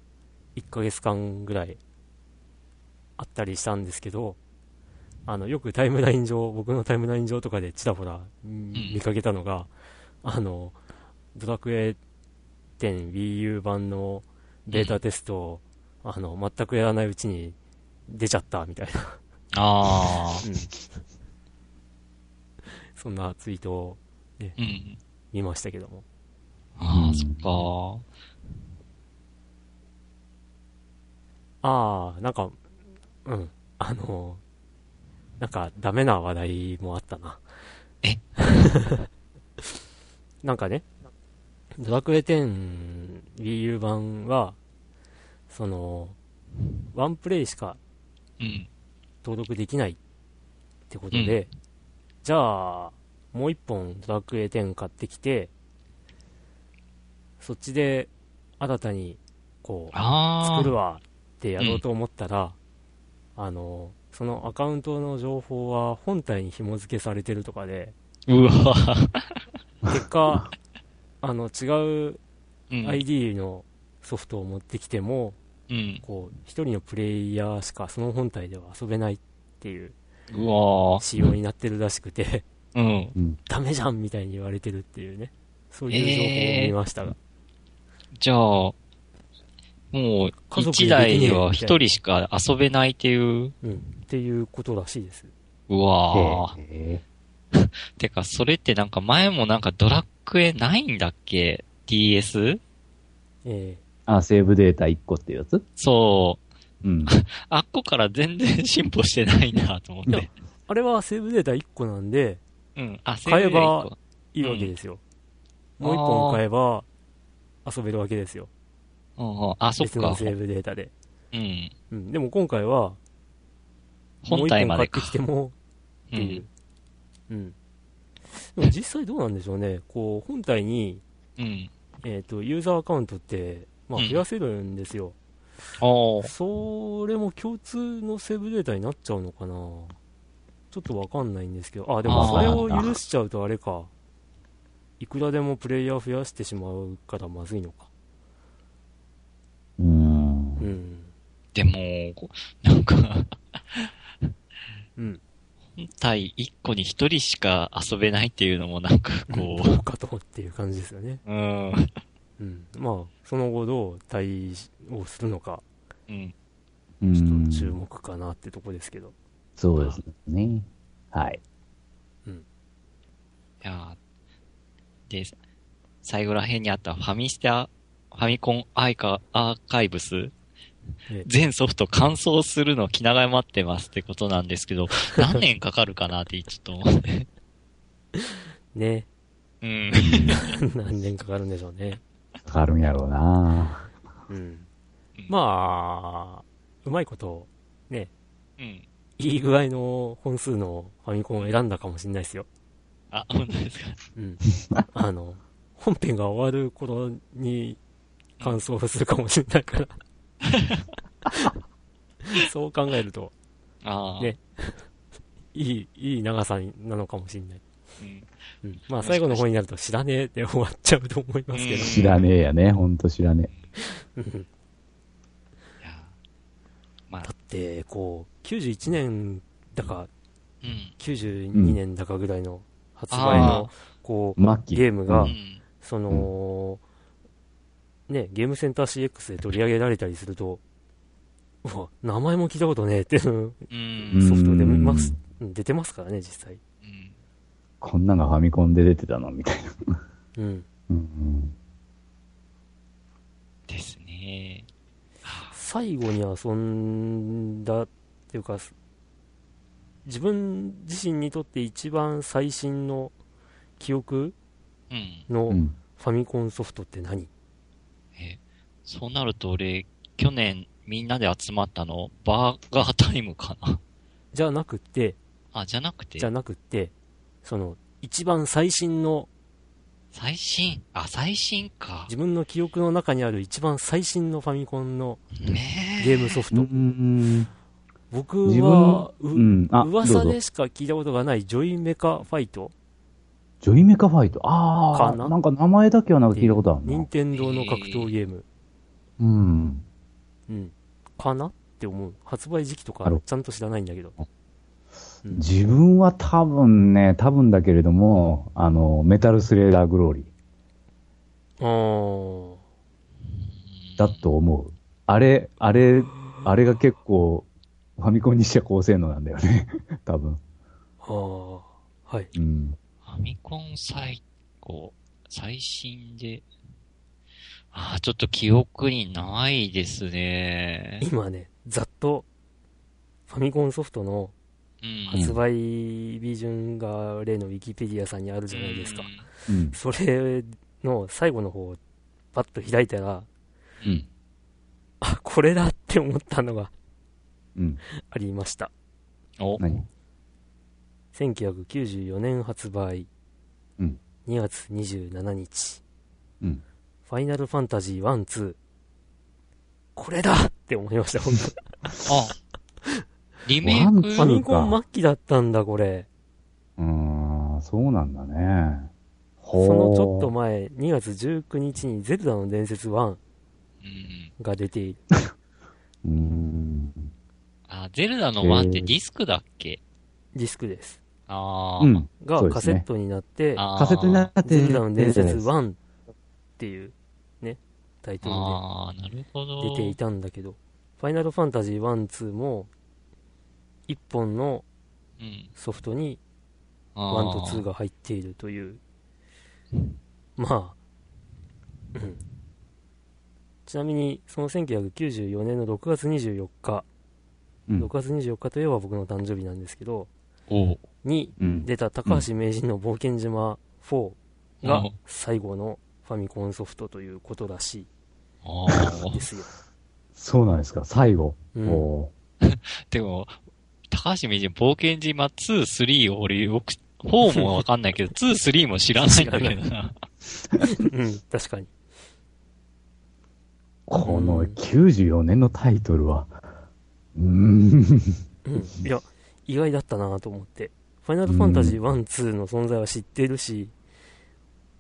S2: 1ヶ月間ぐらい、あったりしたんですけど、あの、よくタイムライン上、僕のタイムライン上とかでちらほらうん
S3: うん
S2: 見かけたのが、あの、ドラクエ 10WiiU 版のデータテストを、あの、全くやらないうちに出ちゃったみたいな、
S3: あ
S2: そんなツイートを
S3: あ。うん。
S2: 見ましたけども。
S3: ああ、そっ
S2: ああ、なんか、うん、あの、なんかダメな話題もあったな。
S3: え
S2: なんかね、ドラクエ10 Wii U 版は、その、ワンプレイしか
S3: か。うん。
S2: 登録できないってことで、じゃあ、もう一本ドラクエ10買ってきて、そっちで新たに、こう、
S3: ああ。
S2: 作るわってやろうと思ったら、あの、そのアカウントの情報は本体に紐付けされてるとかで、
S3: うわ。
S2: 結果、あの、違う
S3: うん。
S2: ID のソフトを持ってきても、
S3: うん。
S2: こう、一人のプレイヤーしかその本体では遊べないっっていう
S3: うわー
S2: 仕様になってるらしくて、
S3: うん。
S2: ダメじゃんみたいに言われてるっていうね。そういう情報を見ましたが。
S3: じゃあ、もう、
S2: 家族でできねえ
S3: 一台では一人しか遊べないっていう、
S2: うん。っていうことらしいです。
S3: うわー。
S4: へ
S3: てか、それってなんか前もなんかドラッグエないんだっけ ?DS?
S2: え
S4: あ、セーブデータ1個っていうやつ
S3: そう。
S4: うん。
S3: あっこから全然進歩してないなと思っ
S2: いや
S3: て。
S2: えあれはセーブデータ1個なんで、
S3: うん。あ、
S2: 買えば
S3: セーブデータ一個
S2: いいわけですよ。
S3: うん
S2: もう1本買えば、遊べるわけですよ。
S3: うんうん、あ、そっ
S2: 別の
S3: か。
S2: セーブデータで。
S3: うん。
S2: うん。でも今回は、もう
S3: 本
S2: 1
S3: 体
S2: 本
S3: ま
S2: 買
S3: で
S2: って
S3: か。
S2: きても、っ
S3: う。。
S2: ていうんうん。でも実際どうなんでしょうね。こう、本体に、
S3: うん。
S2: えっ、と、ユーザーアカウントって、まあ、
S3: うん
S2: 増やせるんですよ。
S3: おー
S2: それも共通のセーブデータになっちゃうのかなちょっとわかんないんですけど、あ、でも
S3: あー
S2: それを許しちゃうとあれか。いくらでもプレイヤー増やしてしまうからまずいのか。
S4: うーん
S2: う。ん。
S3: でも、こなんか、
S2: うん。
S3: 本体一個に一人しか遊べないっていうのもなんかこ
S2: どうかとっていう感じですよね。
S3: う、うん。
S2: うん。まあ、その後どう対応するのか、
S3: うん。
S4: う
S2: ちょっ
S4: ん
S2: と注目かなってとこですけど。
S4: そうですね。はい。
S3: いやーで、最後ら辺にあったファミスタ、ファミコンアイカアーカイブス、
S2: え
S3: 全ソフト完走するの気長に待ってますってことなんですけど、何年かかるかなってちょっと思 って。
S2: ね。
S3: うん。
S2: 何年かかるんでしょうね。
S4: かかるんやろうな
S2: うん。まあ、うまいこと、
S3: うん。
S2: いい具合の本数のファミコンを選んだかもしれないですよ。
S3: あ、本当ですか。
S2: うん。 あの、本編が終わる頃に感想するかもしれない から。そう考えると、
S3: ああ。
S2: ねいい、いい長さになのかもしれない。
S3: うん。
S2: うん。まあ最後の方になると知らねえで終わっちゃうと思いますけど。
S4: 知らねえやね。ほんと知らね
S2: うん
S3: いやーまあ
S2: だ、って、こう、91年だか
S3: うん。
S2: 92年だかぐらいの発売
S3: うんあ
S2: の
S3: ー、
S2: こ
S4: え。マッ
S2: う、
S4: キー。
S2: ゲームが
S3: う、ん。
S2: その、ね、ゲームセンター CX で取り上げられたりすると、うわ、名前も聞いたことねえっていう
S3: うん。
S2: ソフトで
S4: うん
S2: ます、うん出てますからね、実際。
S3: うん
S4: こんなのがファミコンで出てたのみたいな。
S2: うん。
S4: うんうん
S3: ですね。
S2: 最後に遊んだっていうか、自分自身にとって一番最新の記憶
S3: うん。
S2: の
S4: う
S2: フ
S4: ん。
S2: ァミコンソフトって何、
S3: え、そうなると俺、去年みんなで集まったの、バーガータイムかな。
S2: じゃなくて、
S3: あ、じゃなくて
S2: じゃ、なくて、その、一番最新の
S3: 最新あ、最新か。
S2: 自分の記憶の中にある一番最新のファミコンの
S3: ねえ。
S2: ゲームソフ
S4: う
S2: ト。
S4: ん。
S2: 僕
S4: 自
S2: は
S4: 分、
S2: う
S4: うん。あ、どう
S2: 噂
S4: ぞ。
S2: でしか聞いたことがないジョイメカファイト
S4: ジョイメカファイト。あ
S2: か
S4: あ、
S2: な
S4: なんか名前だけはなん
S2: っ
S4: か
S2: て
S4: 聞
S2: い
S4: いうたことあるな
S2: 任。天堂の格闘ゲーム、
S4: うん。
S2: うん、かなって思う。発売時期とか
S4: なるほ
S2: ちゃんと知らないんだけど。うん
S4: 自分は多分ね、多分だけれども、あの、メタルスレーダーグローリー
S2: あー
S4: だと思う。あれ、あれ、あれが結構、ファミコンにしては高性能なんだよね。 多分。
S2: あー、はい。
S4: うん。
S3: ファミコン最高、最新で。あー、ちょっと記憶にないですね。
S2: 今ね、ざっと、ファミコンソフトの
S3: うん。
S2: 発売日順が例のウィキペディアさんにあるじゃないですか。
S4: うん。
S2: それの最後の方をパッと開いたら、
S4: うん
S2: あ、これだって思ったのが
S4: うん。
S2: ありました。
S3: うん。お、
S4: 何
S2: 1994年発売、
S4: うん
S2: 2月27日、
S4: うん
S2: ファイナルファンタジー1、2、これだって思いま した、本当
S3: あ、リメイ
S4: ワン
S3: ク
S4: ツ
S2: ファ
S4: ー
S2: ミコン末期だったんだ、これ。
S4: うーん、そうなんだね。
S2: そ
S4: ほ
S2: のちょっと前、2月19日にゼルダの伝説1
S3: うん。
S2: が出ている。
S4: うーん。
S3: ああ、ゼルダの1ってディスクだっけ、
S2: ディスクです。
S3: ああ、
S4: うん。
S2: が
S4: そうで
S2: カ
S4: す
S2: セ
S4: ね
S2: ットになって、
S3: あー
S4: カセットになって
S2: ゼルダの伝説
S4: 出てるやつ
S2: 1っていうね、タイトル
S3: ああ、なるほど。
S2: で出ていたんだけど、ファイナルファンタジー1、2も、1本の
S3: うん。
S2: ソフトに
S3: あ
S2: 1と2
S3: が。
S2: が入っているという、まあ、うん。ちなみに、その1994年の6月24日、
S4: うん
S2: 6月24日といえば僕の誕生日なんですけど、
S3: おう
S2: に
S4: うん。
S2: 出た高橋名人の冒険島4が
S3: うん
S2: 最後のファミコンソフトということらし
S3: あ
S2: い
S3: あ
S2: で。すよ。
S4: そうなんですか、最後。
S2: うん
S4: お
S3: でも、高橋名人、冒険島2、3を俺よく、4もわかんないけ ど、2、3も知らないんだけどな。
S2: うん、確かに。
S4: ーこ
S2: う
S4: の
S2: ん
S4: 94年のタイトルは、うーん。
S2: うん、いや、意外だったなと思って。ファイナルファンタジー1、2の存在は知ってるし、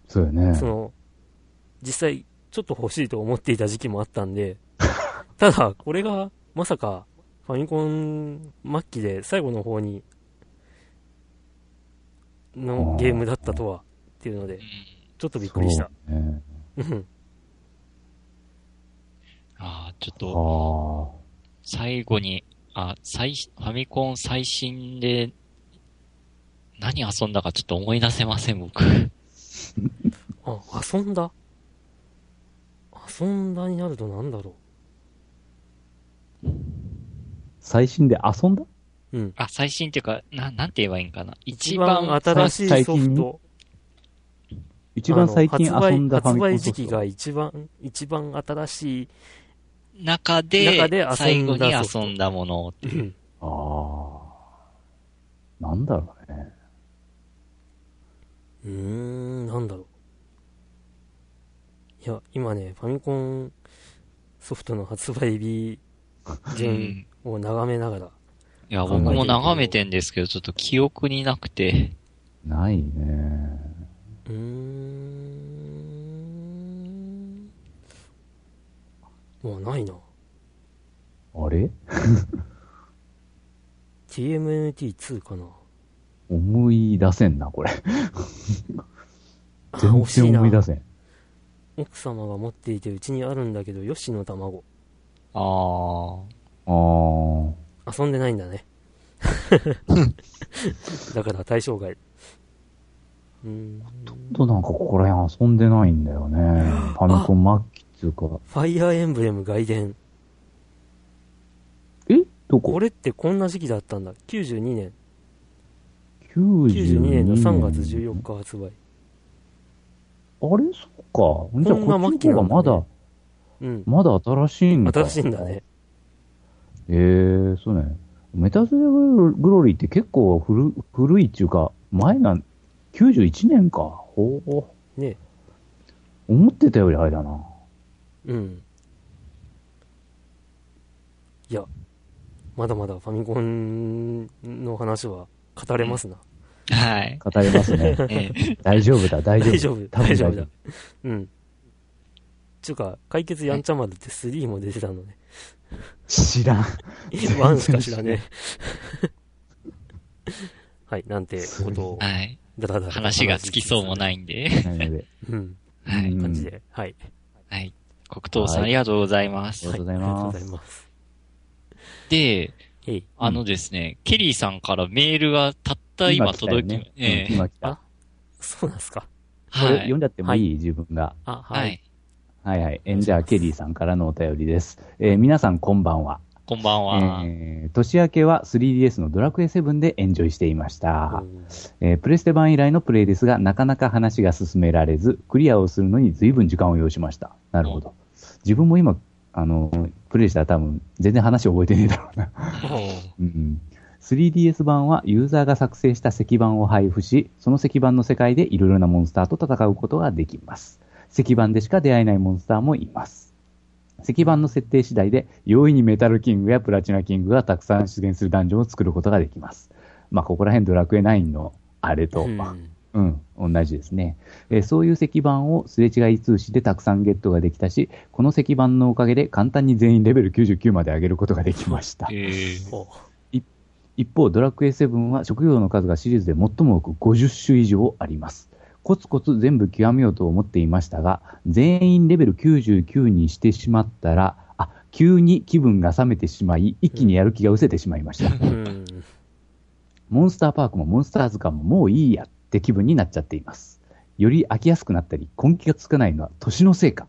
S4: そうよね
S2: そ。の、実際、ちょっと欲しいと思っていた時期もあったんで、 ただ、これが、まさか、ファミコン末期で最後の方に、のゲームだったとは、っていうので
S3: う、ん
S2: ちょっとびっくりした。
S4: そうね
S2: うん
S3: ああ、ちょっ
S4: あ
S3: と、
S4: あ。
S3: 最後に、あ、最、ファミコン最新で、何遊んだかちょっと思い出せません、僕。
S2: あ、遊んだ遊んだになるとなんだろ
S4: 最新で遊んだ
S2: う。うん。
S3: あ、最新っていうか、な、なんて言えばいいんかな。一
S2: 一
S3: 番、
S2: 番新しいソフト。
S4: 一番最近遊んだファ
S2: 発
S4: ミコン
S2: 売
S4: ソ
S2: 時
S4: フト
S2: 期が一番、一番新しい。
S3: 中で、
S2: 中で遊んだ
S3: 最後に
S2: ソフ
S3: 遊
S2: ト
S3: んだものっていう。
S4: ああ。なんだろうね。
S2: うーん、なんだろう。いや、今ね、ファミコンソフトの発売日、
S3: う
S2: 現
S3: ん
S2: を眺めながら、
S3: いや、僕も眺めてんですけど、ちょっと記憶になくて。
S4: ないね。
S2: うーん、もうないな。
S4: あれ
S2: TMNT2 かな。
S4: 思い出せんな、これ。
S2: あ
S4: 全
S2: 惜しい
S4: 然
S2: な
S4: 思い出せん。
S2: 奥様が持っていてうちにあるんだけど、ヨシの卵。
S3: ああ。
S4: ああ。
S2: 遊んでないんだね。 だから対象外。うーん。
S4: ちょっとなんかここら辺遊んでないんだよね。ファミコン末期っていうか。
S2: ファイアーエンブレム外伝。
S4: えどこ
S2: これってこんな時期だったんだ。92年。
S4: 92
S2: 92年の3月
S4: 日。
S2: 14日発売。
S4: あれそっか。じゃあ
S2: こんな
S4: こっ
S2: 末
S4: ち
S2: 期な
S4: の方
S2: んだね
S4: がまだ、
S2: うん。
S4: まだ新しいんだ。
S2: 新しいんだね。。
S4: ええそうね。メタズグロリーって結構古古いっていうか、前なん、91年か。ほう。
S2: ね。
S4: 思ってたよりあれだな。
S2: うん。いや、まだまだファミコンの話は語れますな。
S3: はい。
S4: 語りま すね。
S3: え え
S4: 大丈夫だ、大丈夫。
S2: 大丈夫、
S4: 多分
S2: 大丈夫だ。うん。ちゅうか、解決やんちゃ丸って3も出てたの ね。
S4: 知らん。
S2: 1しか知らね え。はい、なんてことを、
S3: はい。
S2: だらだら。
S3: 話がつきそうもないいんで。
S4: ないので。
S2: うん、
S3: は
S4: う
S3: い
S4: ん。
S2: 感じで。はい。
S3: はい。黒糖さん、
S4: は
S3: あ
S4: い
S3: りがとうございます。
S4: ありがとうござい
S2: ありがとうご
S4: ま
S2: ざい
S4: す。
S2: ます。
S3: で、
S2: えい。
S3: あのですね、ケリーさんからメールがたった今届
S4: 今来
S3: き、
S4: たよね
S3: え
S4: うん
S3: え
S4: 今来た。
S2: あそうなんすか。
S4: これ
S3: は
S4: 読
S3: い
S4: ん。じゃってもいい自分が。
S2: あ、は。
S3: はいい。
S4: はいはい。え
S2: お願いします
S4: じゃあ、ケリーさんからのお便りです。えー皆さんこんばんは。
S3: こんばんは。
S4: えー年明けは 3DS のドラクエ7でエンジョイしていました
S2: う。ん
S4: えープレステ版以来のプレイですが、なかなか話が進められず、クリアをするのに随分時間を要しました。なるほど。自分も今、あの、プレイしたら多分、全然話覚えてねえだろうな。うん、3DS 版はユーザーが作成した石板を配布し、その石板の世界でいろいろなモンスターと戦うことができます。石板でしか出会えないモンスターもいます。石板の設定次第で、容易にメタルキングやプラチナキングがたくさん出現するダンジョンを作ることができます。まあ、ここら辺ドラクエ9のあれと、
S2: うん
S4: うん、同じですね、えーそういう石板をすれ違い通信でたくさんゲットができたし、この石板のおかげで簡単に全員レベル99まで上げることができました。
S3: ええ
S2: ほ
S4: 一方、ドラクエ7は職業の数がシリーズで最も多く50種以上あります。コツコツ全部極めようと思っていましたが、全員レベル99にしてしまったら、あ、急に気分が冷めてしまい、一気にやる気が失せてしまいました。
S2: う。うん。
S4: モンスターパークもモンスター図鑑ももういいやって気分になっちゃっています。より飽きやすくなったり、根気がつかないのは年のせいか、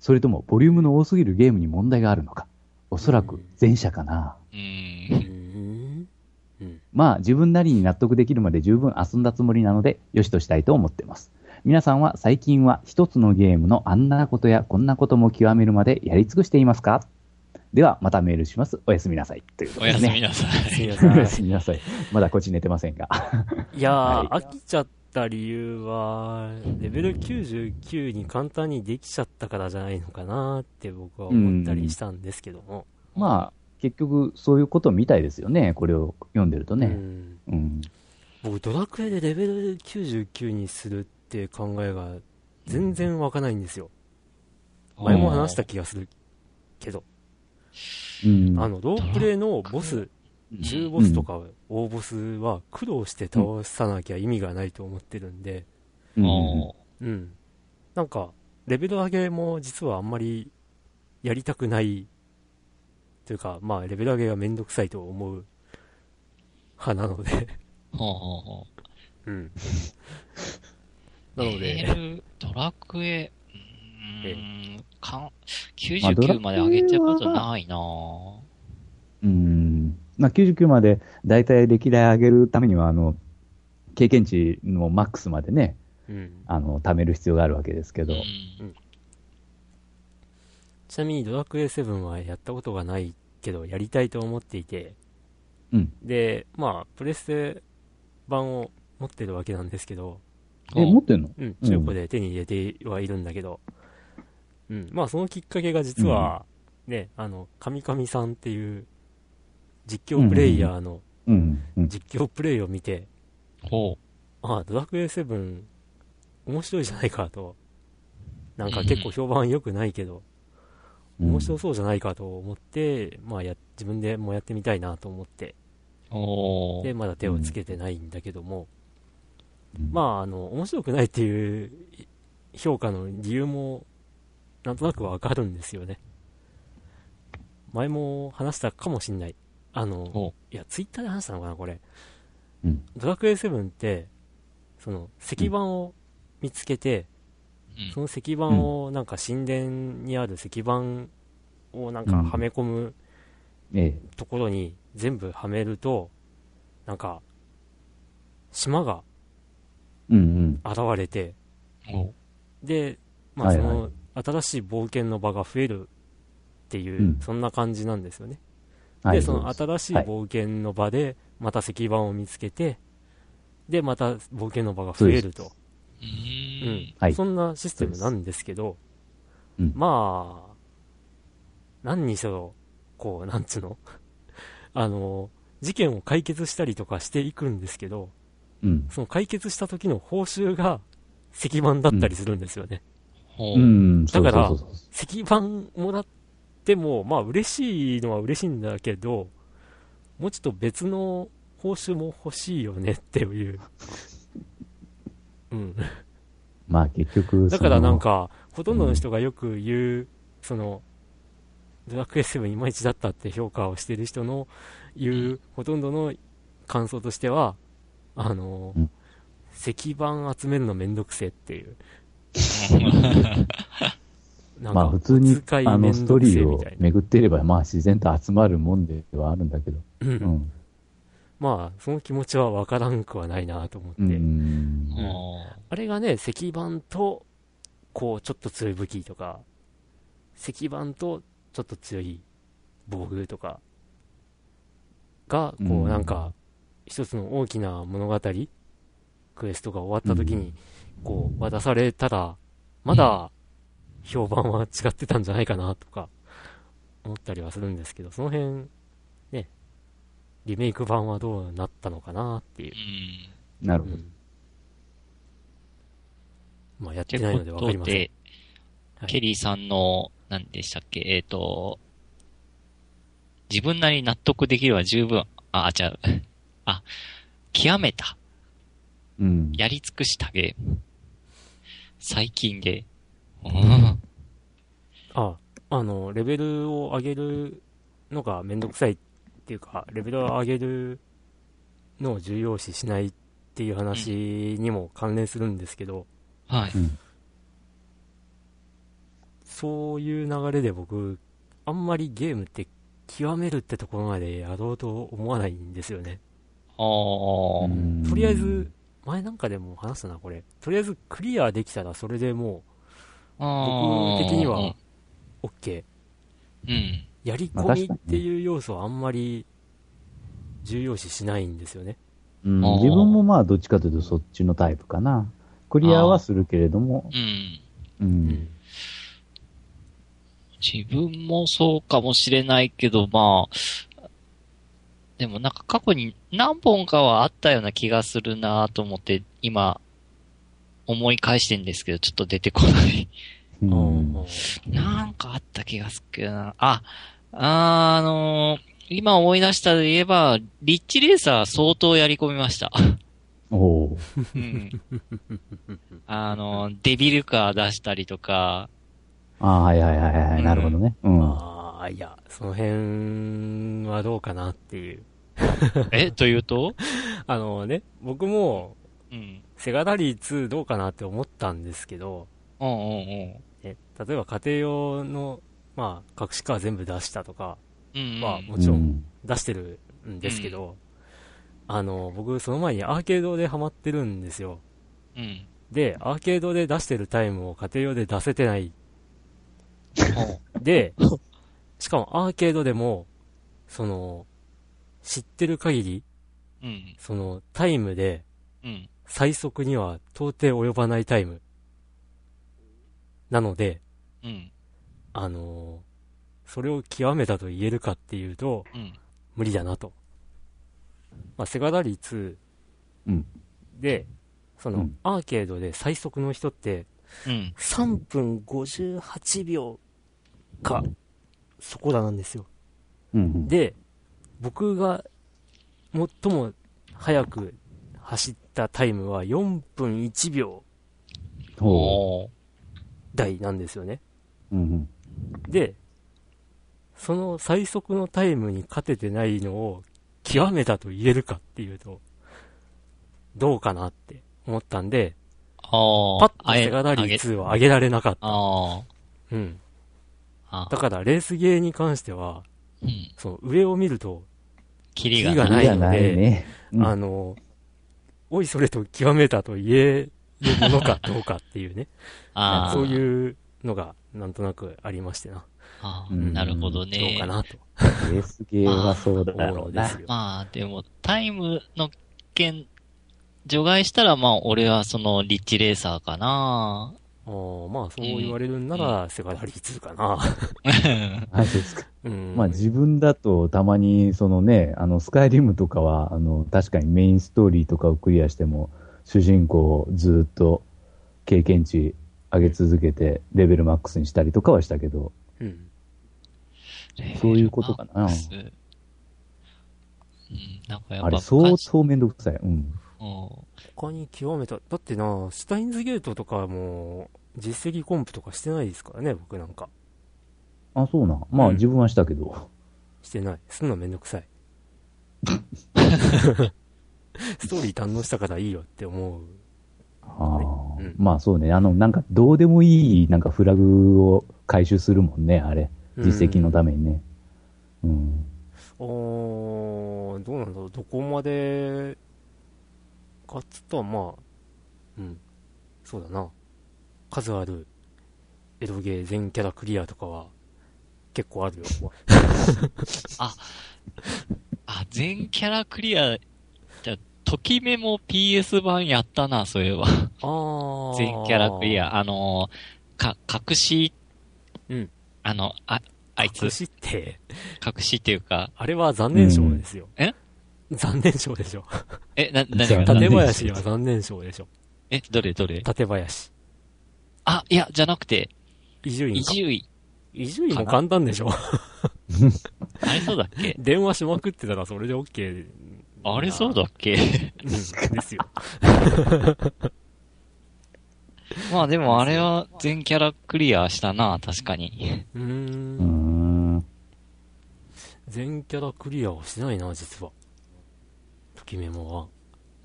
S4: それともボリュームの多すぎるゲームに問題があるのか、おそらく前者かな。
S3: ー。う。
S2: うんん。うん。
S4: まあ自分なりに納得できるまで十分遊んだつもりなので、よしとしたいと思ってます。皆さんは最近は一つのゲームのあんなことやこんなことも極めるまでやり尽くしていますかではまたメールします。おやすみなさい。ということ
S3: お
S4: で
S3: や
S4: す
S3: す
S4: ね。
S3: みなさ
S2: すみ
S3: い。
S2: ませ
S4: おや
S2: ん。
S4: すみなさい。まだこっち寝てませんが。
S2: いやー、
S4: は
S2: 飽きちゃった理由は、レベル99に簡単にできちゃったからじゃないのかなって僕は思ったりしたんですけども。
S4: まあ結局そういうことみたいですよね。これを読んでると
S2: う
S4: ね。
S2: ん
S4: うん。
S2: 僕、ドラクエでレベル99にするって考えが全然わかないんですよ。前も話した気がするけど、
S4: うん。
S2: あの、ロープレイのボス、中ボスとか大ボスは苦労して倒さなきゃ意味がないと思ってるんで、
S4: うん
S3: お
S2: うん。なんか、レベル上げも実はあんまりやりたくない、というか、まあ、レベル上げがめんどくさいと思う派なので、
S3: ーほうほうほう
S2: うん。 なの
S3: メ
S2: で、
S3: ールドラクエ、う
S2: え
S3: ーん、かん
S4: まあドラクエ
S3: 99
S4: は
S3: まで上げたことないなぁ。
S4: うん。まあ、99まで大体歴代上げるためには、あの、経験値のマックスまでね、
S2: うん。
S4: あの、貯める必要があるわけですけど。
S3: うん
S2: ちなみにドラクエ7はやったことがないけど、やりたいと思っていて、
S4: うん。
S2: で、まあ、プレステ版を持ってるわけなんですけど、
S4: え、持ってんの
S2: うん、中古で手に入れてはいるんだけど、うん、まあそのきっかけが実は、ね、あの、カミカミさんっていう実況プレイヤーの
S4: うん。うん。
S2: 実況プレイを見て、
S3: ほ
S2: ああ、ドラクエ7面白いじゃないかと、なんか結構評判良くないけど、面白そうじゃないかと思って、まあや、自分でもやってみたいなと思って、
S3: う。ほ
S2: で、まだ手をつけてないんだけども、
S4: うん
S2: まあ、あの、面白くないっていうい評価の理由も、なんとなくわかるんですよね。前も話したかもしんない。あの
S3: ほ、
S2: いや、ツイッターで話したのかな、これ。
S4: うん
S2: ドラクエ7って、その、石板を見つけて、
S3: うん
S2: その石板を、なんか神殿にある石板をなんかはめ込む
S4: ええ。
S2: ところに全部はめると、なんか、島が
S4: うん
S2: 現れて、
S3: ほ
S2: で、まあ、
S4: は
S2: そ
S4: いはい
S2: の、新しい冒険の場が増えるっていう、
S4: うん
S2: そんな感じなんですよね。
S4: うん。はい
S2: で、その
S4: そう
S2: 新
S4: です
S2: しい冒険の場で、また石板を見つけて、で、また冒険の場が増えると。
S3: う。う
S2: う
S3: ーん
S2: ん。。
S4: はい
S2: そんなシステムなんですけど、
S4: そうですうん
S2: まあ、何にしろ、こう、なんつうの あの、事件を解決したりとかしていくんですけど、
S4: うん。
S2: その解決した時の報酬が石板だったりするんですよね。
S3: ほ
S4: う
S3: う。
S4: ん。そう
S2: だから
S4: そうそうそう
S2: 石板もらっても、まあ嬉しいのは嬉しいんだけど、もうちょっと別の報酬も欲しいよねって いう。うん。
S4: まあ結局、
S2: だからなん
S4: そ
S2: か、ほとんどの人がよく言う、その、ドラクエ7いまいちだったって評価をしてる人の言う、ほとんどの感想としては、あの
S4: うん、
S2: 石板集めるのめんどくせえっていう。な
S4: の、
S2: ん
S4: ま
S2: か
S4: あ普通に、
S2: 使い
S4: あ
S2: めん
S4: の、ス
S2: ど
S4: トー
S2: く
S4: リ
S2: せえ
S4: ー
S2: み
S4: を
S2: たいな。
S4: 巡っていれば、まあ自然と集まるもんではあるんだけど。
S2: うん
S4: うん。
S2: まあ、その気持ちはわからんくはないなと思って。
S4: うん。
S3: ほ
S2: あれがね、石板と、こう、ちょっと強い武器とか、石板と、ちょっと強い防具とか、が、こ
S4: う
S2: う、
S4: ん
S2: なんか、一つの大きな物語、クエストが終わった時に、こう、渡されたら、まだ、評判は違ってたんじゃないかな、とか、思ったりはするんですけど、その辺、ね、リメイク版はどうなったのかな、っていう
S3: う。ん。
S4: なるほ
S2: う
S4: ど。
S2: んまあ、やっ
S3: と
S2: てない
S3: い
S2: ので
S3: う
S2: わ
S3: こ
S2: かり
S3: と
S2: ません。
S3: で、
S2: はい
S3: ケリーさんの、何でしたっけ、えっ、と、自分なりに納得できるは十分、あ、違う。 あ、極めた。
S4: うん。
S3: やり尽くしたゲーム。最近で。うん。
S2: あ、あの、レベルを上げるのがめんどくさいっていうか、レベルを上げるのを重要視しないっていう話にも関連するんですけど、
S3: はい。
S2: そういう流れで僕、あんまりゲームって極めるってところまでやろうと思わないんですよね。
S3: ああ、
S4: うん
S2: とりあえず、、前なんかでも話したな、これ。とりあえずクリアできたらそれでも
S3: あー
S2: 僕的にはう OK。
S3: うん。
S2: やり込みっていう要素はあんまり重要視しないんですよね。
S4: うん
S3: あー
S4: 自分もまあ、どっちかというとそっちのタイプかな。クリアはするけれども、
S3: うん。
S4: う。。
S2: うん
S3: 自分もそうかもしれないけど、まあ、でもなんか過去に何本かはあったような気がするなと思って、今、思い返してんですけど、ちょっと出てこない。
S4: うん
S2: うん
S3: なんかあった気がするけどな。あ、あーあのー今思い出したで言えば、リッチレーサー相当やり込みました。
S4: おう
S3: うん。 あのー、デビルカー出したりとか、
S4: ああ、はいはいはいは
S3: う
S4: い。
S3: ん
S4: なるほどね。うん。
S2: ああ、いや、その辺はどうかなっていう。
S3: え、というと
S2: あのね、僕も
S3: うん。
S2: セガラリー2どうかなって思ったんですけど、
S3: うんうん
S2: ね、例えば家庭用の、まあ、隠しカー全部出したとか、
S3: うん。うん、うん。
S2: まあ、もちろ
S4: うんん
S2: 出してるんですけど、あの、僕その前にアーケードでハマってるんですよ。
S3: うん。
S2: で、アーケードで出してるタイムを家庭用で出せて ない
S3: ほう
S2: で、しかもアーケードでも、その、知ってる限り、
S3: うん。
S2: その、タイムで、
S3: うん。
S2: 最速には到底及ばないタイム。なので、
S3: うん。
S2: あのーそれを極めたと言えるかっていうと、
S3: うん。
S2: 無理だなと。まあ、セガダリー
S4: うん
S2: 2で、その、
S4: うん
S2: アーケードで最速の人って、
S3: うん。
S2: 3分58秒か、そこらなんですよ。
S4: うん。
S2: で、僕が最も早く走ったタイムは4分1秒
S4: ほ
S3: ほ
S2: 台なんですよね。
S4: う。うん
S2: で、その最速のタイムに勝ててないのを極めたと言えるかっていうと、どうかなって思ったんで、
S3: う。あ
S2: パ
S3: あ。
S2: ッとセガダリー2は上げられなかっ
S3: あ
S2: た。うん。
S3: あ。あ
S2: だからレースゲーに関しては、
S3: うん。
S2: その上を見ると、
S3: キリ
S2: キ
S3: が
S2: リが
S3: ない。
S2: ない
S4: じゃないね。うん
S2: あの、おいそれと極めたと言えるものかどうかっていうね。
S3: ああ。
S2: そういうのがなんとなくありましてな、
S3: ああ。
S4: うん
S3: なるほどね。
S2: どうかなと
S4: レースゲーはそうだ
S2: 思う
S4: ろ
S2: の
S4: う
S2: で
S4: な
S2: す。よ。
S3: まあ、でも、タイムの件、除外したら、まあ、俺はその、リッチレーサーかな
S2: あーまあ、そう言われるんなら、セガラリー2かな。
S4: あそうですか
S2: うん。
S4: まあ自分だとたまに、そのね、あの、スカイリムとかは、あの、確かにメインストーリーとかをクリアしても、主人公をずっと経験値上げ続けて、レベルマックスにしたりとかはしたけど、
S2: うん。
S4: そういうことかな
S3: マックスうん、なんかやっぱ、
S4: あれ相
S3: 昔
S4: 当めんどくさい。うん。
S3: うん
S2: 他に極めた。だってな、シュタインズゲートとかも、実績コンプとかしてないですからね、僕なんか。
S4: あ、そうな。ま
S2: う
S4: あ
S2: ん
S4: 自分はしたけど。
S2: してない。すんのめんどく さい。ストーリー堪能したからいいよって思う。
S4: ああ
S2: うん
S4: まあそうね。あの、なんかどうでもいい、なんかフラグを回収するもんね、あれ。実績のためにね。うん。
S2: おーどうなんだろう、どこまでかっつったら、まあ、うん、そうだな、数あるエロゲー全キャラクリアとかは結構あるよ。
S3: あ、全キャラクリア、じゃ、ときめも PS 版やったな、そういえば。
S2: あー
S3: 全キャラクリ。ア。あのー、か、隠し、
S2: うん。
S3: あの、あ、あいつ、
S2: 隠しって、
S3: 隠しっていうか、
S2: あれは残念賞ですよ。
S3: うんえ
S2: 残念賞でしょ。
S3: え、な、何
S4: じゃあ
S3: が
S2: 館
S4: 残念賞
S2: 林は残念賞でしょ。
S3: え、どれどれ
S2: 館林。
S3: あ、いや、じゃなくて、
S2: 伊集院
S3: 伊
S2: か。
S3: 集院。
S2: 伊集院も簡単でしょ。
S3: あれそうだっけ
S2: 電話しまくってたらそれで OK。
S3: あれそうだっけ
S2: うんですよ。
S3: まあでもあれは全キャラクリアしたな、確かに。
S2: うー。
S4: うんん。
S2: 全キャラクリアをしないな、実は。ときメモは。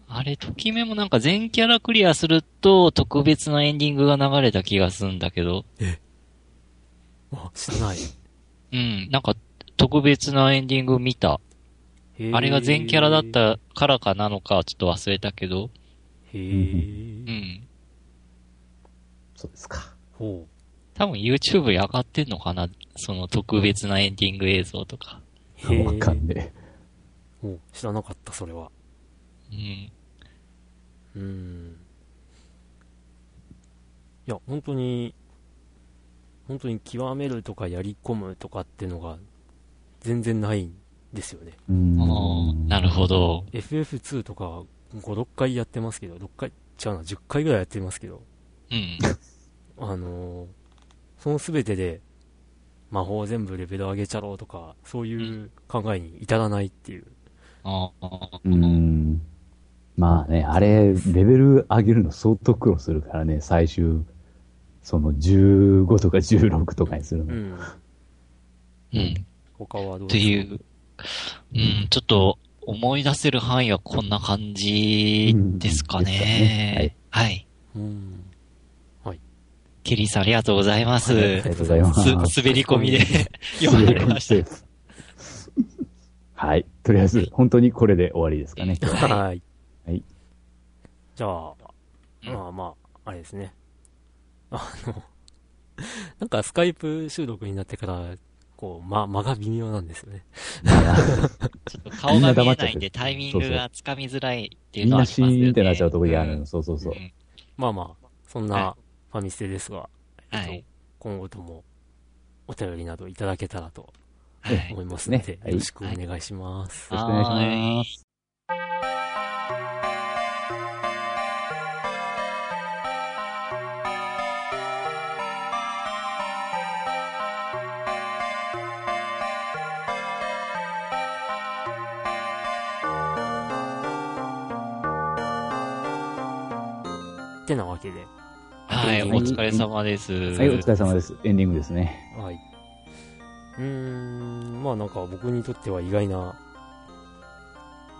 S3: あれ、ときめもなんか全キャラクリアすると特別なエンディングが流れた気がするんだけど、
S2: あ、してない。
S3: うん、なんか特別なエンディング見た。
S2: へー
S3: あれが全キャラだっ。たからかなのかちょっと忘れたけど、
S2: へ
S3: う
S2: え。
S3: ん。
S4: そうですか。
S2: ほ
S3: 多分 YouTube に上がってんのかなその特別なエンディング映像とか。
S2: う。へえ。
S4: わかんねえ。
S2: ほう知らなかった、それは。
S3: うん。
S2: うーん。いや、本当に、本当に極めるとかやり込むとかってのが全然ないんですよね。
S4: うん
S3: ああ、なるほど。
S2: FF2 とか5、6回やってますけど、6回、違うな、10回ぐらいやってますけど、
S3: うん。
S2: あのーその全てで魔法全部レベル上げちゃろうとか、そういう考えに至らないっていう。
S3: ああ。
S4: うん。まあね、あれ、レベル上げるの相当苦労するからね、最終、その15とか16とかにする
S2: う
S4: の。
S2: ん。
S3: うん。
S2: 他はどう
S3: と
S2: ですか
S3: いう、うん、ちょっと思い出せる範囲はこんな感じですかね。はい。
S2: うん。
S3: ケリーさんありがとうございま
S4: あり
S3: す
S4: が。とうございます。
S3: す、滑り込みで読
S4: 滑
S3: ま
S4: り
S3: れ
S4: 込み
S3: ました。
S4: セーフはい。とりあえず、本当にこれで終わりですかね。
S3: はい
S2: はい。
S4: はい。
S2: じゃあ、まあまあ、あれですね。あの、なんかスカイプ収録になってから、こう、ま、間が微妙なんですよね。
S3: ちょっと顔が見えないんでタイミングがつかみづらいってい
S4: み
S3: うんのはあ
S4: な
S3: ります
S4: シ
S3: よね。
S4: ーンってなっちゃうとこ
S3: き
S4: があるの。そうそうそう。
S2: まあまあ、そんなファミステですが、えっ
S3: は
S2: と
S3: い。
S2: 今後ともお便りなどいただけたらと
S3: はい。
S2: 思いますので、
S4: はい
S2: よろしくお願いします。
S4: よろしくお願いします。
S2: ってなわけで、
S3: はい、お疲れ様です。
S4: はい、お疲れ様です。エンディングです ね。
S2: はい。うーん、まあなんか僕にとっては意外な、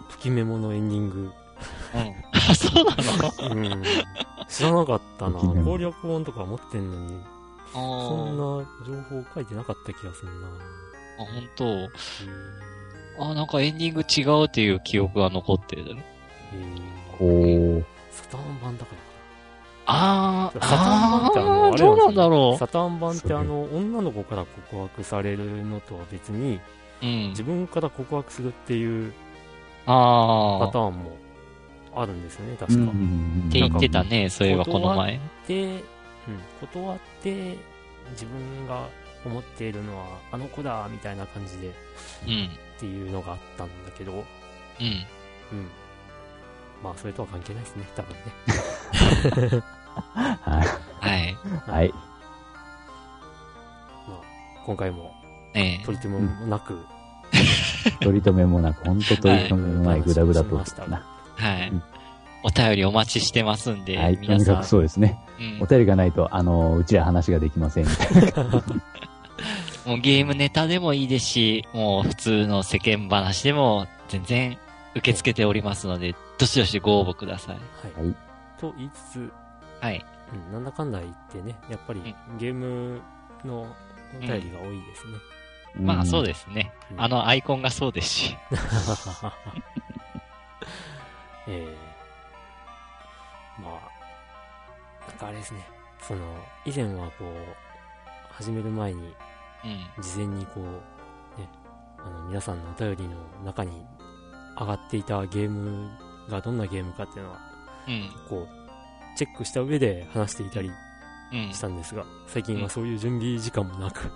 S2: ときメモのエンディング。
S3: うん あ、そうなの
S2: うん。知らなかったな。
S4: ときメモ
S2: 攻略本とか持ってんのに、そん
S3: あー
S2: な情報書いてなかった気がするな。
S3: あ、本当。あ、なんかエンディング違うっていう記憶が残ってる。
S2: うんへー
S4: こう、
S2: サターン版だから
S3: あー、
S2: サターン版ってあの、あ
S3: ー
S2: れ
S3: ど
S2: な
S3: うなんん
S2: だ
S3: だ
S2: ろう。
S3: ろ
S2: サターン版ってあの、女の子から告白されるのとは別に、
S3: う。うん
S2: 自。分から告白するっていう
S3: あ
S2: パ
S3: ー。
S2: タ
S3: っ
S2: ーンもあるんですよね、確か。
S3: て言ってたね、そういえば
S2: 断
S3: この前。
S2: で、うん、断って、自分が思っているのは、あの子だ、みたいな感じで、っ
S3: うん。
S2: ていうのがあったんだけど、
S3: うん。
S2: うん。まあ、それとは関係ないですね、多分ね。
S4: は
S3: はい。
S4: い。
S2: まあ、今回も、
S3: ねえ
S2: 取り手もなく、
S4: 取り留めもなく、本当取り留めもないグダグダと。は
S3: はい
S4: うん。
S3: お便りお待ちしてますんで、
S4: い。と
S3: 皆
S4: に
S3: さ
S4: か
S3: ん。
S4: くそうですね。
S3: うん
S4: お便りがないと、あの、うちら話ができません。
S3: もうゲームネタでもいいですし、もう普通の世間話でも全然受け付けておりますので、どしどしご応募ください。
S2: はい。
S4: はい
S2: と言いつつ、
S3: はい。
S2: うん、なんだかんだ言ってね、やっぱり
S3: う
S2: ゲームのお便りが多いですね。
S3: まあそう
S4: で
S3: ですね。
S2: うん
S3: あのアイコンがそうですし。
S2: えー、まあ、なんかあれですね、その、以前はこう、始める前に、
S3: うん。
S2: 事前にこう、ね、あの、皆さんのお便りの中に上がっていたゲームがどんなゲームかっていうのは、
S3: うん。
S2: こう、チェックした上で話していたり
S3: うん
S2: し。たんですが、最近はそういう準備時間もなく、
S4: す。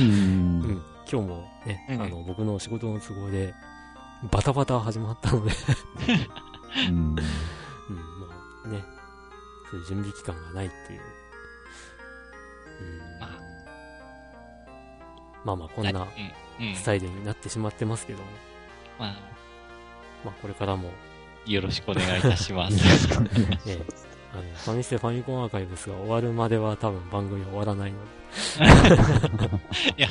S4: うん
S2: うん、今日もね、
S3: うん
S2: あの、僕の仕事の都合で、バタバタ始まったので、
S4: うん
S2: うん、まあね、そういう準備期間がないっていう。うん、
S3: まあ
S2: まあまあ、こんな
S3: うん。うん。
S2: スタイルになってしまってますけども、
S3: まあ、
S2: まあこれからも、
S3: よろしくお願いいた します。
S2: ええ、あの、ファミステファミコンアーカイブスが終わるまでは多分番組は終わらないので、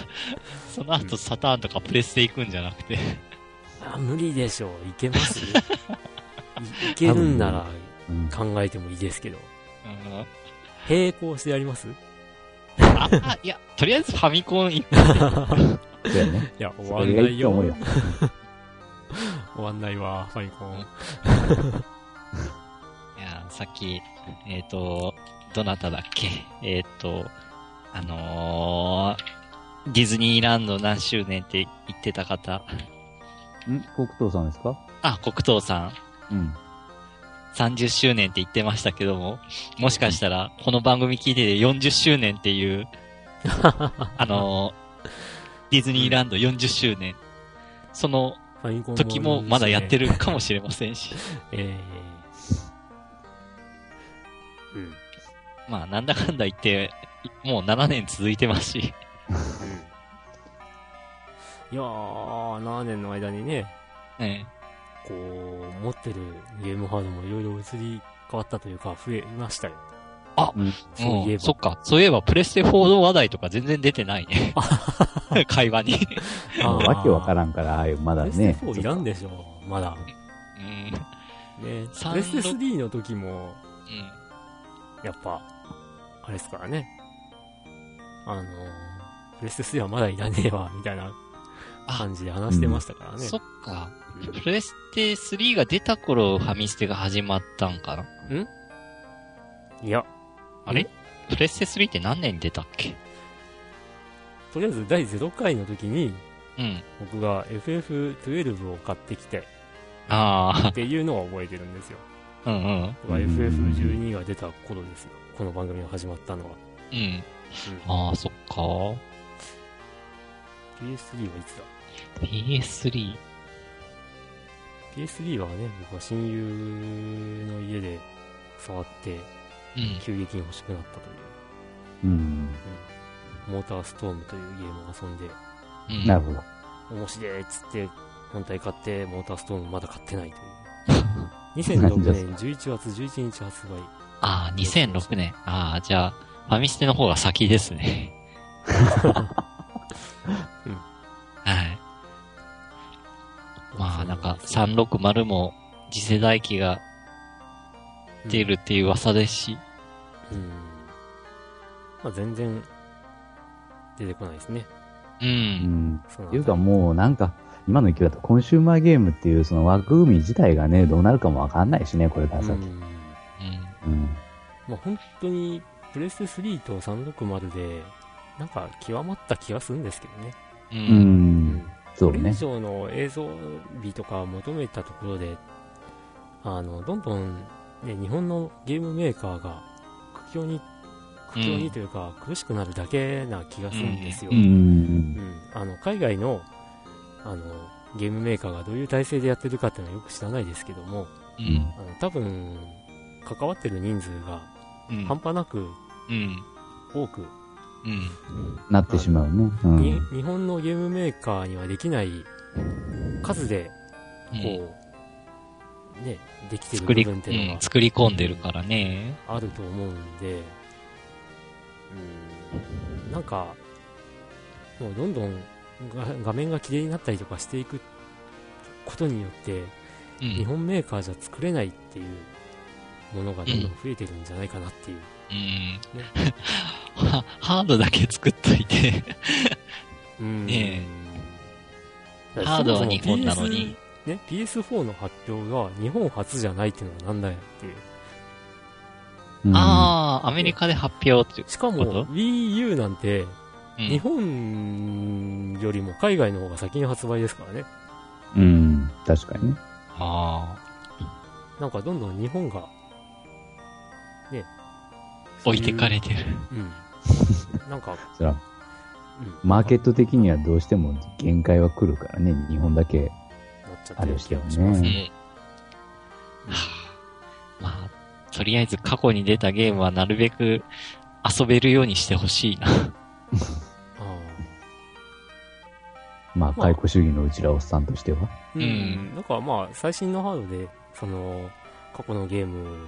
S3: その後、サターンとかプレスで行くんじゃなくて、
S2: あ、無理でしょう。いけますい いけるんなら
S4: うん
S2: 考えてもいいですけど、
S3: うん
S2: 並行してやり ますい
S3: あ、あいや、とりあえずファミコン行っ
S4: そうやね。
S2: や、終
S4: そ
S2: わ
S4: れ
S2: ん
S4: が
S2: ないい
S4: いと思
S2: よ
S4: う。よ。
S2: 終わんないわ、ファミコン。
S3: いや、さっき、えっ、と、どなただっけえっ、と、あのーディズニーランド何周年って言ってた方。
S4: ん黒糖さんですか
S3: あ、黒糖さん。
S4: うん。
S3: 30周年って言ってましたけども、もしかしたら、この番組聞いてて40周年っていう、 あのーディズニーランド40周年。その
S2: ファミコン
S3: 時もまだやって
S2: る。
S3: るかもしれませんし。
S2: ええうん。
S3: まあ、なんだかんだ言って、もう7年続いてますし。
S2: いやー、7年の間に ね、
S3: ね
S2: こう、持ってるゲームハードもいろいろ移り変わったというか、増えましたよ。
S3: あ
S4: うん
S2: そういえば。
S3: そっか。そういえば、プレステ4話題とか全然出てな いね。会話に。
S2: あー
S4: わけわからんから、ああいうまだね。
S2: プレステ4いらんでしょまだ。
S3: うん。
S2: ね、
S3: 三
S2: プレステ3の時も、
S3: うん。
S2: やっぱ、あれですからね。あのー、プレステ3はまだいらねえわ、みたいな感じで話してましたからね。
S3: そっか。プレステ3が出た頃、ファミステが始まったんかな。
S2: いや、
S3: あれプレステ3って何年に出たっけ
S2: とりあえず第0回の時に、
S3: うん。
S2: 僕が FF12 を買ってきて、
S3: あ
S2: っていうのは覚えてるんですよ。
S3: あ、うんうん。
S2: 僕が FF12 が出た頃ですよ。この番組が始まったのは。
S3: うん。ああ、そっか。
S2: PS3 はいつだ
S3: PS3。
S2: ?PS3 はね、僕は親友の家で触って、
S3: うん。
S2: 急激に欲しくなったという。
S4: うん。
S2: モーターストームというゲームを遊んで、
S3: うん、
S4: なるほど。
S2: 面白いっつって、本体買って、モーターストームまだ買って ないという。
S4: なん
S2: 2006
S4: じゃそ
S2: 年11月11日発売。
S3: ああ、2006年。ああ、じゃあ、ファミステの方が先ですね。
S2: うん
S3: はい。まあ、なんか、360も次世代機が出るっていう噂ですし。
S2: うん。うん。まあ、全然、出てこないですね。
S3: う。
S4: うんん。
S2: その
S4: っていうかもうなんか、今の勢いだとコンシューマーゲームっていうその枠組み自体がね、どうなるかもわかんないしね、これから
S2: う
S4: 先。
S2: ん。
S3: うん。
S4: うん。
S2: まあ、本当に、プレステ3と360で、なんか、極まった気がするんですけどね。
S3: う。
S4: うんん。そう
S2: これ以
S4: ね。
S2: 上の映像美とか求めたところで、あの、どんどん、ね、日本のゲームメーカーが苦境に、苦境にというか、苦しくなるだけな気がするんですよ。
S4: う
S2: うん
S4: ん。
S2: あの、海外の、あの、ゲームメーカーがどういう体制でやってるかっていうのはよく知らないですけども、
S3: うん。
S2: あの、多分、関わってる人数が
S3: うん。
S2: 半端なく
S3: うん。
S2: 多く、
S3: うん。
S4: なってしまうね。う
S2: に
S4: ん。
S2: 日本のゲームメーカーにはできない数で
S3: うん
S2: こう、ね、できてる
S3: 作り、
S2: 部
S3: う
S2: 分っていうの
S3: ん
S2: が
S3: 作り込んでるからね。
S2: あると思うんで、うん、なんか、もうどんどんが画面が綺麗になったりとかしていくことによって、
S3: う
S2: 日
S3: ん。
S2: 本メーカーじゃ作れないっていうものがどんどん増えてるんじゃないかなっていう。
S3: うん。は ハードだけ作っといて。
S2: うん
S3: ねハードは日本な
S2: そもそ
S3: のに。
S2: も PS ね、PS4 の発表が日本初じゃないっていうのはなんだよっていう。
S4: うん
S3: ああ、アメリカで発表っていう。
S2: しか
S3: こ
S2: も
S3: と
S2: Wii U なんて、
S3: う
S2: 日
S3: ん。
S2: 本よりも海外の方が先に発売ですからね。
S4: うん。確かにね。
S3: あ
S2: なんかどんどん日本が、ね。
S3: あ、置いてかれ
S2: て。
S3: てる。
S2: うん。なんか、
S4: そら、
S2: うん。
S4: マーケッ
S2: ト
S4: ト的にはどうしても限界は来るからね、日本だけ。
S2: なっちゃ
S4: あ
S2: って
S4: れ
S2: る
S4: をして
S2: 気
S4: も
S2: が
S4: ね
S2: します
S3: うん
S2: ね。
S3: はあまあ、とりあえず過去に出たゲームはなるべく遊べるようにしてほしいな。
S2: あ
S4: まあ、
S2: まあ
S4: 解雇主義のうちらおっさんとしては。
S2: ーう
S3: うんん。
S2: だからまあ、最新のハードで、その、過去のゲーム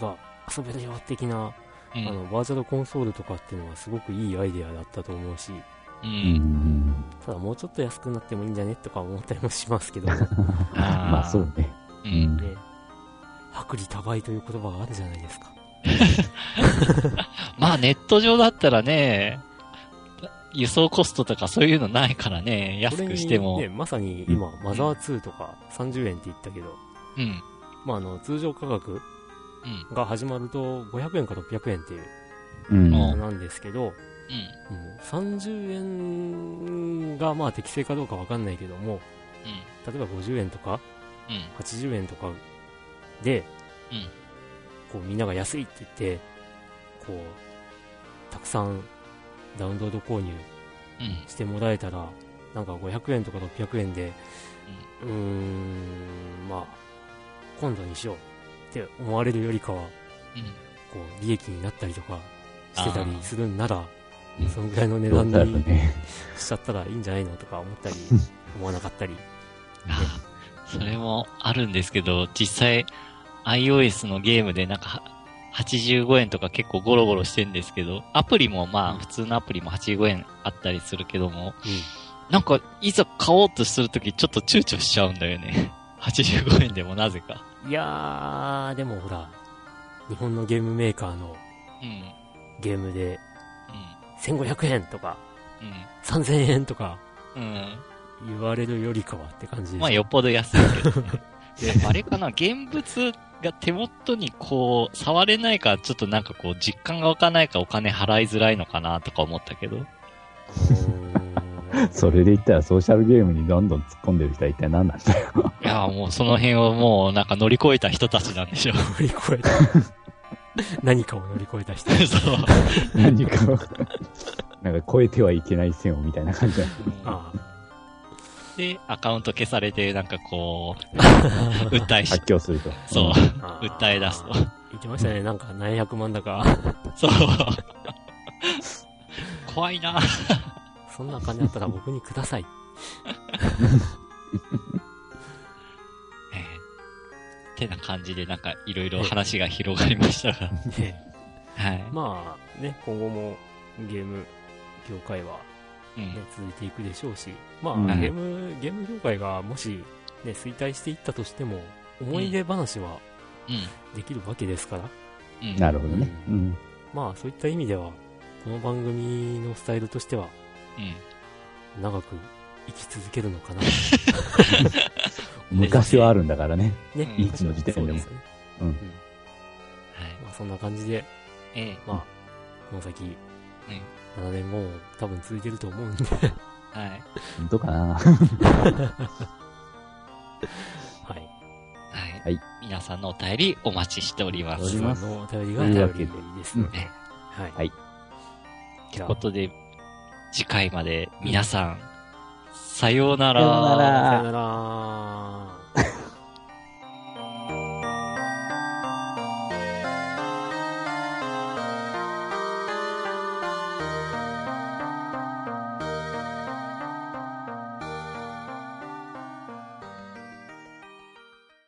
S2: が遊べるよ的な、
S3: う
S2: あの
S3: ん。、
S2: バーチャルコンソールとかっていうのはすごくいいアイデアだったと思うし、
S4: う
S3: う。
S4: んん
S2: ただもうちょっと安くなってもいいんじゃねとか思ったりもします けど、ね、
S3: あー
S4: まあ、そうね。
S3: う。
S4: うんん。
S2: 薄利多売という言葉があるじゃないですか。
S3: まあ、ネット上だったらね、輸送コストとかそういうのないからね、安くして
S2: こ
S3: も
S2: れ。にね、まさに今、マザー2とか30円って言ったけど、
S3: うん。
S2: まあ、あの、通常価格
S3: うん。
S2: が始まると500円か600円っていう
S4: うん。
S2: の
S3: も
S2: なんですけど、うん、30円がまあ適正かどうかわかんないけども、
S3: うん。
S2: 例えば50円とか
S3: うん。うん。
S2: 80円とかで、
S3: うん
S2: こうみんなが安いって言って、こう、たくさんダウンロード購入
S3: うん。
S2: してもらえたら、なんか500円とか600円で、うーん、まあ、今度にしようって思われるよりかは、
S3: うん。
S2: こう、利益になったりとかしてたり
S3: あー
S2: するんなら
S4: う、ん
S2: そのぐらいの値
S4: どう
S2: 段
S4: だろう
S2: に
S4: ね。
S2: しちゃったらいいんじゃないのとか思ったり、思わなかったり。
S3: あそれもあるんですけど、実際 iOS のゲームでなんかは85円とか結構ゴロゴロしてんですけど、アプリもまあ普通のアプリも85円あったりするけども、なんかいざ買おうとするときちょっと躊躇しちゃうんだよね。85円でもなぜか。
S2: いやー、でもほら、日本のゲームメーカーの
S3: うん。うん。
S2: ゲームで、1500円とか、
S3: う
S2: 3000円とか
S3: ん。うん。
S2: 言われるよりかはって感じです。
S3: まあよっぽど安いけどね。でもあれかな、 現物が手元にこう、触れないからちょっとなんかこう、実感が湧かないからお金払いづらいのかなとか思ったけど。
S2: うーん
S4: それで言ったらソーシャルゲームにどんどん突っ込んでる人は一体何なんだよ。
S3: いや、もうその辺をもうなんか乗り越えた人たちなんでしょ。
S2: 乗り越えた。何かを乗り越えた 人。
S3: そう。
S4: 何か。 なんか越えてはいけない線をみたいな感じだ。
S2: あ
S3: で、アカウント消されて、なんかこ う、訴えし
S4: 発、狂 すると。
S3: そう、
S2: あー
S3: 訴え出すと。
S2: 言ってましたね。なんか何百万だか。
S3: そう。怖いな。
S2: そんな金あったら僕にください。
S3: えーてな感じで、なんかいろいろ話が広がりましたが。 はい。
S2: まあね、今後もゲーム業界は、
S3: う
S2: ね
S3: ん。、
S2: 続いていくでしょうし、まあ、
S4: うん
S2: ゲーム、ゲーム業界がもし、ね、衰退していったとしても、思い出話はできるわけですから、
S3: うん。うん。
S4: なるほどね。うん。
S2: まあそういった意味では、この番組のスタイルとしては、
S3: うん。
S2: 長く生き続けるのか な。
S4: 昔はあるんだからね。
S2: ね、
S3: うん
S4: いつの時点でも
S2: そうすよね
S3: はい。
S2: まあそんな感じで、
S3: え
S2: まあ、この先、7年後も多分続いてると思 うんで、
S3: ーはい。
S4: 本当かな。
S2: はい。
S3: はい。
S4: はい
S3: 皆さんのお便りお待ちしておりま
S4: お
S3: す
S4: り。ます
S2: のお便りが頼りですの
S4: と
S2: で、
S3: いうわ
S2: はい。
S4: はい
S2: じゃ
S3: という
S2: あ
S3: こ、とで、次回まで皆さん、さようなら。
S4: さようなら
S2: さよなら。